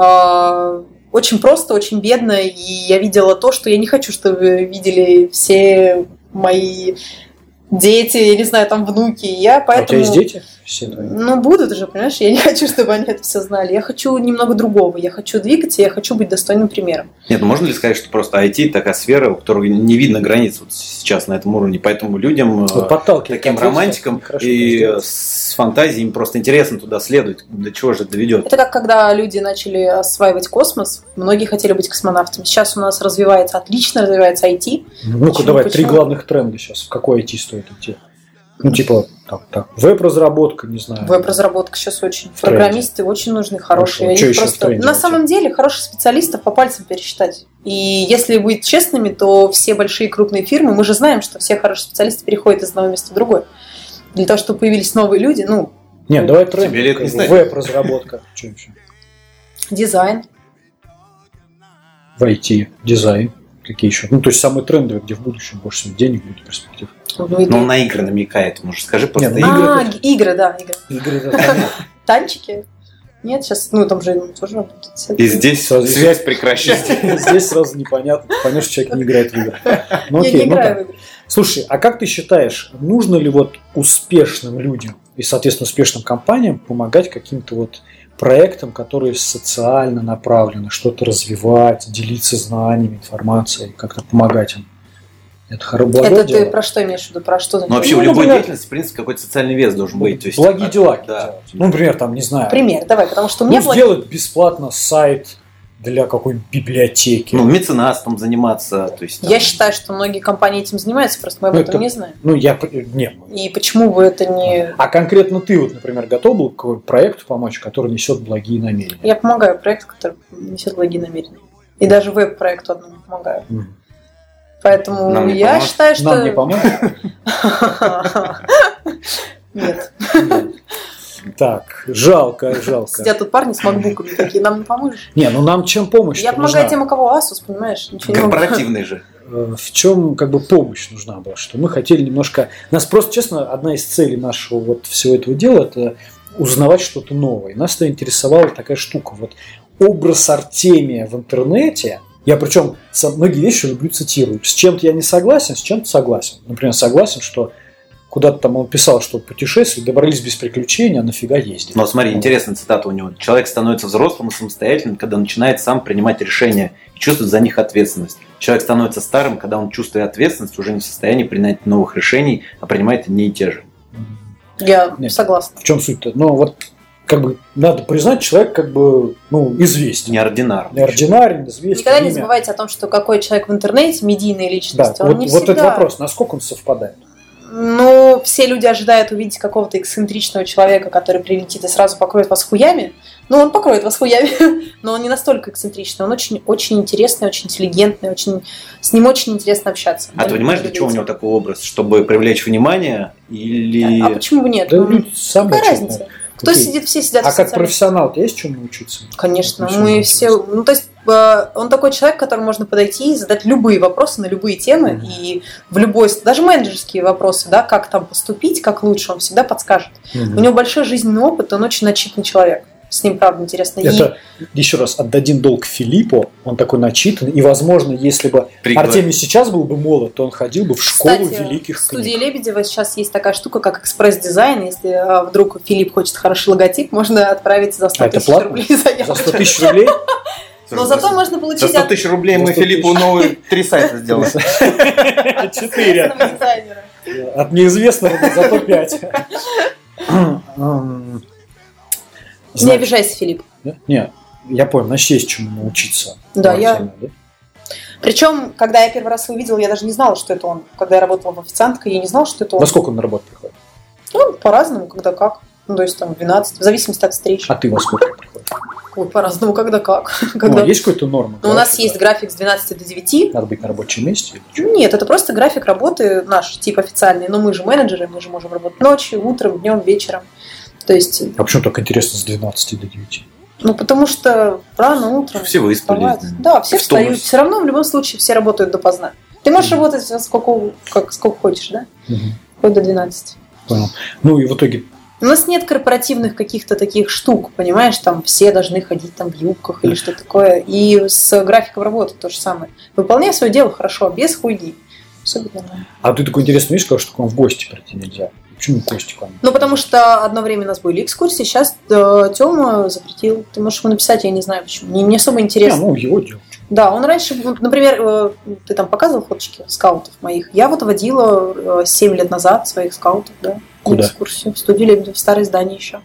[SPEAKER 3] э, очень просто, очень бедно, и я видела то, что я не хочу, чтобы видели все мои дети, я не знаю, там внуки. Я
[SPEAKER 1] А у тебя
[SPEAKER 3] поэтому...
[SPEAKER 1] есть дети? Все твои?
[SPEAKER 3] Ну, будут же, понимаешь, я не хочу, чтобы они это все знали. Я хочу немного другого, я хочу двигаться, я хочу быть достойным примером.
[SPEAKER 2] Нет, ну можно ли сказать, что просто IT такая сфера, у которой не видно границ вот сейчас на этом уровне, поэтому людям э,
[SPEAKER 1] Вот подталкивай.
[SPEAKER 2] таким
[SPEAKER 1] Конкретно,
[SPEAKER 2] романтикам
[SPEAKER 1] хорошо,
[SPEAKER 2] и
[SPEAKER 1] конечно.
[SPEAKER 2] э, с фантазией им просто интересно туда следовать, до чего же это доведет.
[SPEAKER 3] Это как когда люди начали осваивать космос, многие хотели быть космонавтами. Сейчас у нас развивается, отлично развивается IT.
[SPEAKER 1] Ну-ка,
[SPEAKER 3] Почему-
[SPEAKER 1] Ну, давай, три
[SPEAKER 3] почему?
[SPEAKER 1] главных тренда сейчас. В какой IT стоит идти? Ну, типа, так, так. Веб-разработка, не знаю.
[SPEAKER 3] Веб-разработка сейчас очень.
[SPEAKER 1] тренде.
[SPEAKER 3] Программисты очень нужны, хорошие.
[SPEAKER 1] Хорошо.
[SPEAKER 3] Их
[SPEAKER 1] Чё ещё
[SPEAKER 3] просто-
[SPEAKER 1] в тренде
[SPEAKER 3] На
[SPEAKER 1] вообще?
[SPEAKER 3] самом деле хороших специалистов по пальцам пересчитать. И если быть честными, то все большие крупные фирмы, мы же знаем, что все хорошие специалисты переходят из одного места в другое. Для того, чтобы появились новые люди, ну,
[SPEAKER 1] Нет, давай тренд.
[SPEAKER 2] Тебе лет
[SPEAKER 1] как
[SPEAKER 2] не
[SPEAKER 1] бы,
[SPEAKER 2] знать.
[SPEAKER 1] Веб-разработка. Что еще?
[SPEAKER 3] дизайн.
[SPEAKER 1] в IT, дизайн, какие еще. Ну, то есть самые трендовые, где в будущем больше всего денег будет перспектив.
[SPEAKER 3] Ну, и-
[SPEAKER 2] Но он на игры намекает, может, скажи просто
[SPEAKER 1] Не, ну,
[SPEAKER 2] игры.
[SPEAKER 3] а, игры, да, игры.
[SPEAKER 1] Игры
[SPEAKER 3] Танчики? Нет, сейчас, ну, там же тоже... работают
[SPEAKER 2] И
[SPEAKER 3] всякие.
[SPEAKER 2] здесь
[SPEAKER 1] Сразу-
[SPEAKER 2] связь прекращается.
[SPEAKER 1] Здесь сразу непонятно, поймешь, что человек не играет в игры. Ну
[SPEAKER 3] Я не
[SPEAKER 1] окей, ну
[SPEAKER 3] играю в
[SPEAKER 1] да.
[SPEAKER 3] игры.
[SPEAKER 1] Слушай, а как ты считаешь, нужно ли вот успешным людям и, соответственно, успешным компаниям помогать каким-то вот проектам, которые социально направлены, что-то развивать, делиться знаниями, информацией, как-то помогать им? Это хоро- благое
[SPEAKER 3] Это
[SPEAKER 1] дело.
[SPEAKER 3] ты про что имеешь в виду? Про что?
[SPEAKER 2] Ну, вообще у
[SPEAKER 1] Ну,
[SPEAKER 2] любой
[SPEAKER 1] понятно.
[SPEAKER 2] деятельности, в принципе, какой-то социальный вес должен быть. то есть-
[SPEAKER 1] Благие
[SPEAKER 2] а,
[SPEAKER 1] дела.
[SPEAKER 2] Да.
[SPEAKER 1] делать. Ну, например, там, не знаю,
[SPEAKER 3] Пример, давай, потому что
[SPEAKER 1] Ну,
[SPEAKER 3] мне... благо-
[SPEAKER 1] сделать бесплатно сайт для какой-нибудь библиотеки.
[SPEAKER 2] Ну,
[SPEAKER 1] Ну,
[SPEAKER 2] меценатством заниматься, то есть... там-
[SPEAKER 3] Я считаю, что многие компании этим занимаются, просто мы об
[SPEAKER 1] Ну,
[SPEAKER 3] этом
[SPEAKER 1] это-
[SPEAKER 3] не знаем.
[SPEAKER 1] я... пр- Не.
[SPEAKER 3] И почему бы это не...
[SPEAKER 1] А конкретно ты, вот, например, готов был к проекту помочь, который несет благие намерения?
[SPEAKER 3] Я помогаю проекту, который несет благие намерения. И даже веб-проекту одному помогаю.
[SPEAKER 1] Мгм.
[SPEAKER 3] Поэтому
[SPEAKER 2] Нам не
[SPEAKER 3] я
[SPEAKER 2] поможет?
[SPEAKER 3] считаю, что...
[SPEAKER 1] Нам не поможет?
[SPEAKER 3] Нет.
[SPEAKER 1] Так, жалко, жалко.
[SPEAKER 3] Сидят тут парни с макбуками такие, нам не поможешь?
[SPEAKER 1] Не, ну нам чем помощь
[SPEAKER 3] Я помогаю тем, у кого Asus, понимаешь?
[SPEAKER 1] Ну.
[SPEAKER 3] Ничего не могу.
[SPEAKER 2] Корпоративный же.
[SPEAKER 1] Э, В чем как бы помощь нужна была? Что мы хотели немножко... Нас просто, честно, одна из целей нашего вот всего этого дела – это узнавать что-то новое. Нас это интересовала такая штука. Вот образ Артемия в интернете. Я причем со- многие вещи люблю цитировать. С чем-то я не согласен, с чем-то согласен. Например, согласен, что Куда-то там он писал, что путешествие добрались без приключений, а нафига ездить?
[SPEAKER 2] Но Ну, смотри, интересная цитата у него. Человек становится взрослым и самостоятельным, когда начинает сам принимать решения и чувствует за них ответственность. Человек становится старым, когда он, чувствуя ответственность, уже не в состоянии принять новых решений, а принимает одни и те же.
[SPEAKER 3] Я
[SPEAKER 1] Нет.
[SPEAKER 3] согласна.
[SPEAKER 1] В чем суть-то? Ну, вот, как бы, надо признать, человек, как бы, ну, известен.
[SPEAKER 2] Неординарно.
[SPEAKER 1] Неординарен, известен.
[SPEAKER 3] Никогда не
[SPEAKER 1] имя.
[SPEAKER 3] забывайте о том, что какой человек в интернете медийная
[SPEAKER 1] Да,
[SPEAKER 3] личность. он
[SPEAKER 1] вот,
[SPEAKER 3] не
[SPEAKER 1] вот
[SPEAKER 3] всегда...
[SPEAKER 1] этот вопрос, насколько он совпадает?
[SPEAKER 3] Ну, все люди ожидают увидеть какого-то эксцентричного человека, который прилетит и сразу покроет вас хуями. Ну, он покроет вас хуями, но он не настолько эксцентричный. Он очень, очень интересный, очень интеллигентный, очень... с ним очень интересно общаться.
[SPEAKER 2] А ты понимаешь, для чего у него такой образ? Чтобы привлечь внимание или...
[SPEAKER 3] А почему бы нет?
[SPEAKER 1] Да,
[SPEAKER 3] Ну,
[SPEAKER 1] люди сами
[SPEAKER 3] Какая
[SPEAKER 1] очень
[SPEAKER 3] разница?
[SPEAKER 1] знают.
[SPEAKER 3] Кто
[SPEAKER 1] Окей.
[SPEAKER 3] сидит, все
[SPEAKER 1] А
[SPEAKER 3] сидят в
[SPEAKER 1] как
[SPEAKER 3] социальных
[SPEAKER 1] профессионал, ты есть чему научиться?
[SPEAKER 3] Конечно,
[SPEAKER 1] Очень
[SPEAKER 3] мы
[SPEAKER 1] интересно.
[SPEAKER 3] все, ну то есть э, он такой человек, к которому можно подойти и задать любые вопросы на любые темы
[SPEAKER 1] Мгм.
[SPEAKER 3] и в любой, даже менеджерские вопросы, да, как там поступить, как лучше, он всегда подскажет. У него большой жизненный опыт, он очень начитанный человек. С ним правда интересно. И
[SPEAKER 1] Это еще раз отдадим долг Филиппу, он такой начитанный, и, возможно, если бы
[SPEAKER 2] Пригла-
[SPEAKER 1] Артемий сейчас был бы молод, то он ходил бы в школу
[SPEAKER 3] Кстати,
[SPEAKER 1] великих
[SPEAKER 3] в студии
[SPEAKER 1] книг.
[SPEAKER 3] Лебедева сейчас есть такая штука, как экспресс-дизайн. Если э, вдруг Филипп хочет хороший логотип, можно отправить за 100
[SPEAKER 1] А это
[SPEAKER 3] тысяч
[SPEAKER 1] платно?
[SPEAKER 3] рублей заявку.
[SPEAKER 1] За 100 тысяч рублей?
[SPEAKER 2] Слушай,
[SPEAKER 3] Но
[SPEAKER 2] за-
[SPEAKER 3] зато можно получить
[SPEAKER 2] За 100 тысяч рублей
[SPEAKER 1] За
[SPEAKER 2] мы
[SPEAKER 1] 100 000.
[SPEAKER 2] Филиппу новые три сайта сделали.
[SPEAKER 3] от
[SPEAKER 1] Четыре.
[SPEAKER 3] известного дизайнера.
[SPEAKER 1] От неизвестного, но зато пять. М,
[SPEAKER 3] Не
[SPEAKER 1] знаешь,
[SPEAKER 3] обижайся, Филипп.
[SPEAKER 1] да? Не, я понял, значит, есть чему научиться.
[SPEAKER 3] Да,
[SPEAKER 1] у
[SPEAKER 3] я-
[SPEAKER 1] Артемия, да?
[SPEAKER 3] Причем, когда я первый раз его увидела, я даже не знала, что это он. Когда я работала в официанткой, я не знала, что это он.
[SPEAKER 1] Во сколько он на работу приходит?
[SPEAKER 3] Ну, по-разному, когда как. Ну, то есть там в 12, в зависимости от встреч.
[SPEAKER 1] А ты во сколько приходишь?
[SPEAKER 3] Ой, по-разному, когда как.
[SPEAKER 1] Ну,
[SPEAKER 3] Когда...
[SPEAKER 1] а есть какая-то норма?
[SPEAKER 3] Ну, у нас
[SPEAKER 1] графика?
[SPEAKER 3] есть график с 12 до 9.
[SPEAKER 1] Надо быть на рабочем месте?
[SPEAKER 3] Нет, это просто график работы наш, тип официальный. Но мы же менеджеры, мы же можем работать ночью, утром, днем, вечером. То есть,
[SPEAKER 1] А почему так интересно с 12 до 9?
[SPEAKER 3] ну, потому что рано утром.
[SPEAKER 2] Все выспались.
[SPEAKER 3] вставать. Да, все
[SPEAKER 2] В
[SPEAKER 3] встают.
[SPEAKER 2] тонус.
[SPEAKER 3] Все равно, в любом случае, все работают допоздна. Ты можешь
[SPEAKER 1] Мгм.
[SPEAKER 3] работать сколько, как, сколько хочешь, да?
[SPEAKER 1] Мгм.
[SPEAKER 3] Хоть до 12.
[SPEAKER 1] Ну и в итоге
[SPEAKER 3] У нас нет корпоративных каких-то таких штук, понимаешь, там все должны ходить там в юбках или что такое. И с графиком работы то же самое. Выполняй свое дело хорошо, без хуйни. Все будет нормально.
[SPEAKER 1] А ты такой интересный, видишь, сказал, что к вам в гости прийти нельзя. Почему в гости к вам?
[SPEAKER 3] Ну, потому что одно время у нас были экскурсии, сейчас э, Тёма запретил. Ты можешь ему написать, я не знаю почему. Не, не особо
[SPEAKER 1] Не,
[SPEAKER 3] интересно.
[SPEAKER 1] ну, его дело.
[SPEAKER 3] Да, он раньше, ну, например, э, ты там показывал фоточки скаутов моих. Я вот водила 7 лет назад своих скаутов, да,
[SPEAKER 1] Куда?
[SPEAKER 3] на экскурсию. В студию Лебедева, в старое здание еще.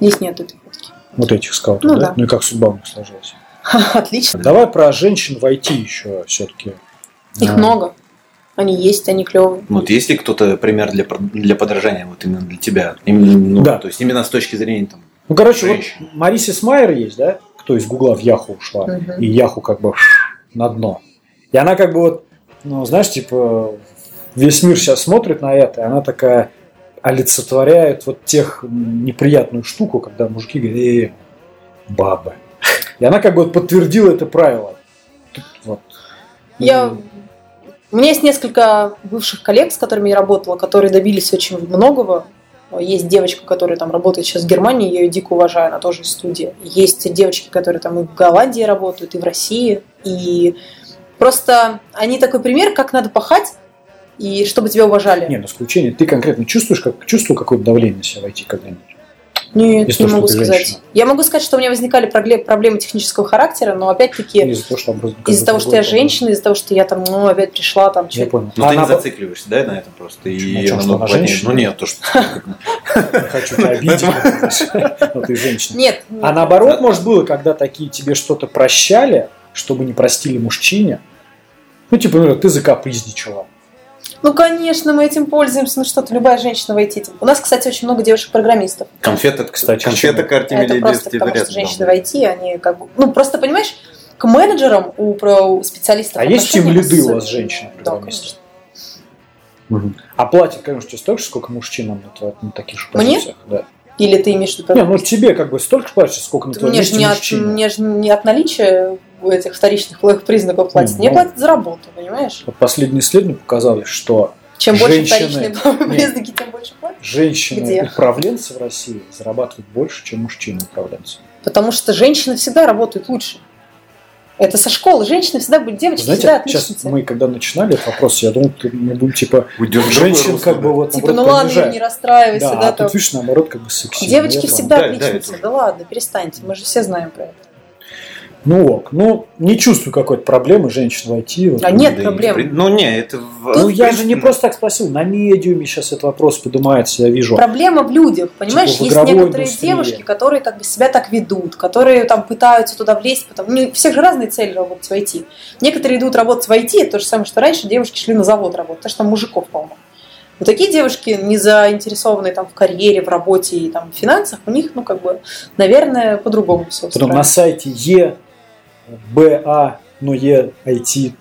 [SPEAKER 3] Здесь нет этой фотки.
[SPEAKER 1] Вот этих скаутов,
[SPEAKER 3] Ну
[SPEAKER 1] да?
[SPEAKER 3] да.
[SPEAKER 1] Ну и как судьба у них сложилась.
[SPEAKER 3] Отлично.
[SPEAKER 1] Давай про женщин войти еще все-таки. Э,
[SPEAKER 3] Их много. Они есть, они клевые.
[SPEAKER 2] Ну, вот есть ли кто-то пример для, прод- для подражания вот именно для тебя? Именно, ну,
[SPEAKER 1] Да.
[SPEAKER 2] То есть именно с точки зрения там.
[SPEAKER 1] Ну, короче,
[SPEAKER 2] Женщин.
[SPEAKER 1] вот Мариса Смайер есть, да? Кто из Гугла в Яху ушла.
[SPEAKER 3] Мгм.
[SPEAKER 1] И Яху как бы на дно. И она как бы вот, ну, знаешь, типа, весь мир сейчас смотрит на это, и она такая олицетворяет вот тех м, неприятную штуку, когда мужики говорят, «Э, бабы. И она как бы вот подтвердила это правило. Тут вот. Ну,
[SPEAKER 3] Я...
[SPEAKER 1] М,
[SPEAKER 3] У меня есть несколько бывших коллег, с которыми я работала, которые добились очень многого. Есть девочка, которая там работает сейчас в Германии, я ее дико уважаю, она тоже из студии. Есть девочки, которые там и в Голландии работают, и в России. И просто они такой пример, как надо пахать, и чтобы тебя уважали.
[SPEAKER 1] Не, ну исключение. Ты конкретно чувствуешь, как чувствовал какое-то давление на себя войти когда-нибудь?
[SPEAKER 3] Нет,
[SPEAKER 1] Если то, что
[SPEAKER 3] Ну, не могу
[SPEAKER 1] ты
[SPEAKER 3] сказать.
[SPEAKER 1] женщина.
[SPEAKER 3] Я могу сказать, что у меня возникали прогле- проблемы технического характера, но опять-таки...
[SPEAKER 1] Или Из-за того, что, образ-
[SPEAKER 3] Из-за того, что я женщина, из-за того, что я там, ну, опять пришла, там,
[SPEAKER 1] Я
[SPEAKER 3] чё-
[SPEAKER 1] понял. А
[SPEAKER 2] Ну, ты
[SPEAKER 1] Она
[SPEAKER 2] не
[SPEAKER 1] бы-
[SPEAKER 2] зацикливаешься, да, на этом просто?
[SPEAKER 1] Почему?
[SPEAKER 2] И
[SPEAKER 1] О чём, что
[SPEAKER 2] намного
[SPEAKER 1] она
[SPEAKER 2] плотнее.
[SPEAKER 1] женщина?
[SPEAKER 2] Ну, нет, то, что...
[SPEAKER 1] хочу тебя обидеть, но ты женщина.
[SPEAKER 3] Нет. нет.
[SPEAKER 1] А наоборот, может, было, когда такие тебе что-то прощали, чтобы не простили мужчине? Ну, типа, например, ты закапризничала.
[SPEAKER 3] Ну, конечно, мы этим пользуемся. Ну, что-то любая женщина войти. типа. У нас, кстати, очень много девушек-программистов.
[SPEAKER 2] Конфета,
[SPEAKER 1] Кстати,
[SPEAKER 2] кстати, конфета
[SPEAKER 1] почему?
[SPEAKER 2] к Артемию
[SPEAKER 3] Это
[SPEAKER 2] Лебедеву
[SPEAKER 3] просто
[SPEAKER 2] тебе
[SPEAKER 3] потому,
[SPEAKER 2] вряд
[SPEAKER 3] что
[SPEAKER 2] ли
[SPEAKER 3] женщины
[SPEAKER 2] дадут.
[SPEAKER 3] войти, они как бы... Ну, просто, понимаешь, к менеджерам у, про- у специалистов...
[SPEAKER 1] А есть тем
[SPEAKER 3] отношения
[SPEAKER 1] лиды у вас
[SPEAKER 3] особенно- Да,
[SPEAKER 1] женщины-программисты?
[SPEAKER 3] конечно.
[SPEAKER 1] А платят, конечно, тебе столько же, сколько мужчинам на, тво- на таких же
[SPEAKER 3] Мне?
[SPEAKER 1] позициях. Да.
[SPEAKER 3] Или ты имеешь в виду...
[SPEAKER 1] Не, ну тебе как бы столько же платят, сколько на твоем
[SPEAKER 3] Мне же
[SPEAKER 1] месте
[SPEAKER 3] не от,
[SPEAKER 1] мужчине.
[SPEAKER 3] мне ж не от наличия этих вторичных половых признаков платят.
[SPEAKER 1] Ну,
[SPEAKER 3] Мне
[SPEAKER 1] ну.
[SPEAKER 3] платят за работу, понимаешь?
[SPEAKER 1] Вот последние исследования показали, что
[SPEAKER 3] Чем больше
[SPEAKER 1] Женщины.
[SPEAKER 3] вторичные половые
[SPEAKER 1] Нет.
[SPEAKER 3] признаки, тем больше платят. Где?
[SPEAKER 1] женщины-управленцы в России зарабатывают больше, чем мужчины-управленцы.
[SPEAKER 3] Потому что женщины всегда работают лучше. Это со школы. Женщины всегда были девочки, всегда
[SPEAKER 1] Знаете, сейчас
[SPEAKER 3] отличницы.
[SPEAKER 1] мы, когда начинали этот вопрос, я думал, ты- мы будем типа
[SPEAKER 2] Уйдем в другое
[SPEAKER 1] женщин
[SPEAKER 2] русло,
[SPEAKER 1] как бы
[SPEAKER 2] да.
[SPEAKER 1] вот
[SPEAKER 3] Типа,
[SPEAKER 1] наоборот,
[SPEAKER 3] ну ладно,
[SPEAKER 1] принижать.
[SPEAKER 3] Юля, не расстраивайся,
[SPEAKER 1] Да,
[SPEAKER 3] да,
[SPEAKER 1] а
[SPEAKER 3] там.
[SPEAKER 1] тут видишь, наоборот, как бы секси.
[SPEAKER 3] Девочки
[SPEAKER 1] Я
[SPEAKER 3] всегда
[SPEAKER 2] Да, да,
[SPEAKER 3] отличницы.
[SPEAKER 2] это-
[SPEAKER 3] Да ладно, перестаньте, мы же все знаем про это.
[SPEAKER 1] понял. Ну ок, ну не чувствую какой-то проблемы женщин войти.
[SPEAKER 3] А нет
[SPEAKER 2] Да и
[SPEAKER 3] проблем.
[SPEAKER 2] в прин- Ну, не, это... в-
[SPEAKER 1] Ну я
[SPEAKER 2] в
[SPEAKER 1] же не
[SPEAKER 2] принципе,
[SPEAKER 1] просто так спросил, на медиуме сейчас этот вопрос поднимается, я вижу.
[SPEAKER 3] Проблема в людях, понимаешь?
[SPEAKER 1] Типа в
[SPEAKER 3] Есть
[SPEAKER 1] игровой
[SPEAKER 3] некоторые
[SPEAKER 1] индустрии.
[SPEAKER 3] девушки, которые так бы себя так ведут, которые там пытаются туда влезть, потому ну, у всех же разные цели работать в IT. Некоторые идут работать в IT, это то же самое, что раньше девушки шли на завод работать, потому что там мужиков полно. Но такие девушки, не заинтересованные там в карьере, в работе и там в финансах, у них, ну, как бы, наверное, по-другому все
[SPEAKER 1] Потом на сайте е ба но е IT.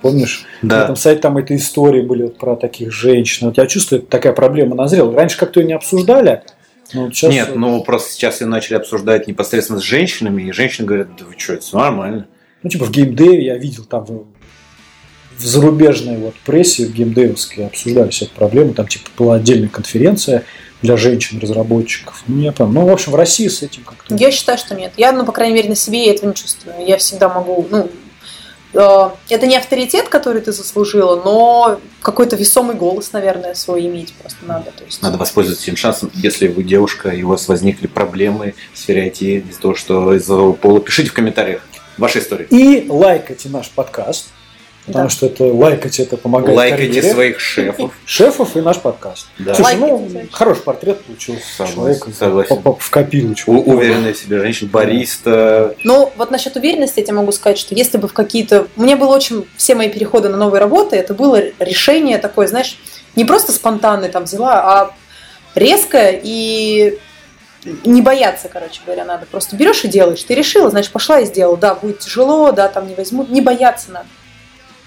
[SPEAKER 1] помнишь? На
[SPEAKER 2] Да.
[SPEAKER 1] этом сайте там эти истории были вот про таких женщин. Вот я чувствую, это такая проблема назрела. Раньше как-то ее не обсуждали, но вот сейчас э,
[SPEAKER 2] Нет, ну просто сейчас ее начали обсуждать непосредственно с женщинами, и женщины говорят, да вы что, это всё нормально.
[SPEAKER 1] Ну, типа в геймдеве я видел там в, в зарубежной вот прессе, в геймдевовской обсуждались эти проблемы. Там типа была отдельная конференция для женщин-разработчиков. Ну, я прям, ну, в общем, в России с этим как-то...
[SPEAKER 3] Я считаю, что нет. Я, ну, по крайней мере, на себе этого не чувствую. Я всегда могу, ну, э, это не авторитет, который ты заслужила, но какой-то весомый голос, наверное, свой иметь просто надо. То есть,
[SPEAKER 2] Надо воспользоваться этим шансом, если вы девушка, и у вас возникли проблемы в сфере IT из-за того, что из-за пола. Пишите в комментариях ваши истории.
[SPEAKER 1] И лайкайте наш подкаст, потому
[SPEAKER 3] Да.
[SPEAKER 1] что это лайкать это помогает
[SPEAKER 2] Лайкайте
[SPEAKER 1] карьере.
[SPEAKER 2] своих шефов.
[SPEAKER 1] шефов и наш подкаст.
[SPEAKER 2] Да.
[SPEAKER 1] Слушай, ну,
[SPEAKER 3] Лайкайте своих.
[SPEAKER 1] хороший портрет получился.
[SPEAKER 2] Согласен,
[SPEAKER 1] Человек
[SPEAKER 2] согласен.
[SPEAKER 1] поп- в копилу.
[SPEAKER 2] У- Уверенная в себе женщина, бариста.
[SPEAKER 3] Ну, вот насчет уверенности я тебе могу сказать, что если бы в какие-то... Мне было очень... Все мои переходы на новые работы, это было решение такое, знаешь, не просто спонтанное там взяла, а резкое и не бояться, короче говоря, надо. Просто берешь и делаешь. Ты решила, значит, пошла и сделала. Да, будет тяжело, да, там не возьмут. Не бояться надо.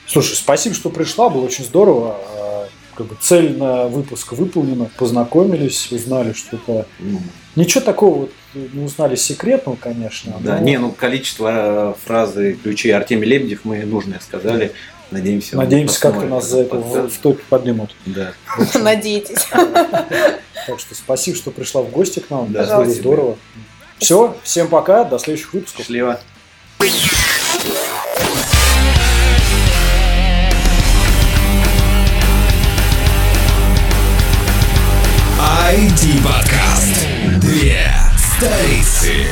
[SPEAKER 1] Слушай, спасибо, что пришла, было очень здорово. А, Как бы цель на выпуск выполнена, познакомились, узнали что-то.
[SPEAKER 2] Ну,
[SPEAKER 1] Ничего такого вот не узнали секретного, конечно.
[SPEAKER 2] Да,
[SPEAKER 1] но
[SPEAKER 2] не, ну количество э, фраз и ключей Артемий Лебедев мы нужное сказали. Надеемся, он
[SPEAKER 1] Надеемся, как-то
[SPEAKER 2] посмотрит
[SPEAKER 1] нас за это
[SPEAKER 2] этот
[SPEAKER 1] в,
[SPEAKER 2] подкаст.
[SPEAKER 1] в топе поднимут.
[SPEAKER 2] Да.
[SPEAKER 3] Надейтесь.
[SPEAKER 1] Так что спасибо, что пришла в гости к нам.
[SPEAKER 2] Да,
[SPEAKER 1] было
[SPEAKER 2] спасибо.
[SPEAKER 1] здорово. Все, всем пока, до следующих выпусков.
[SPEAKER 2] Счастливо.
[SPEAKER 4] IT-подкаст. Две столицы.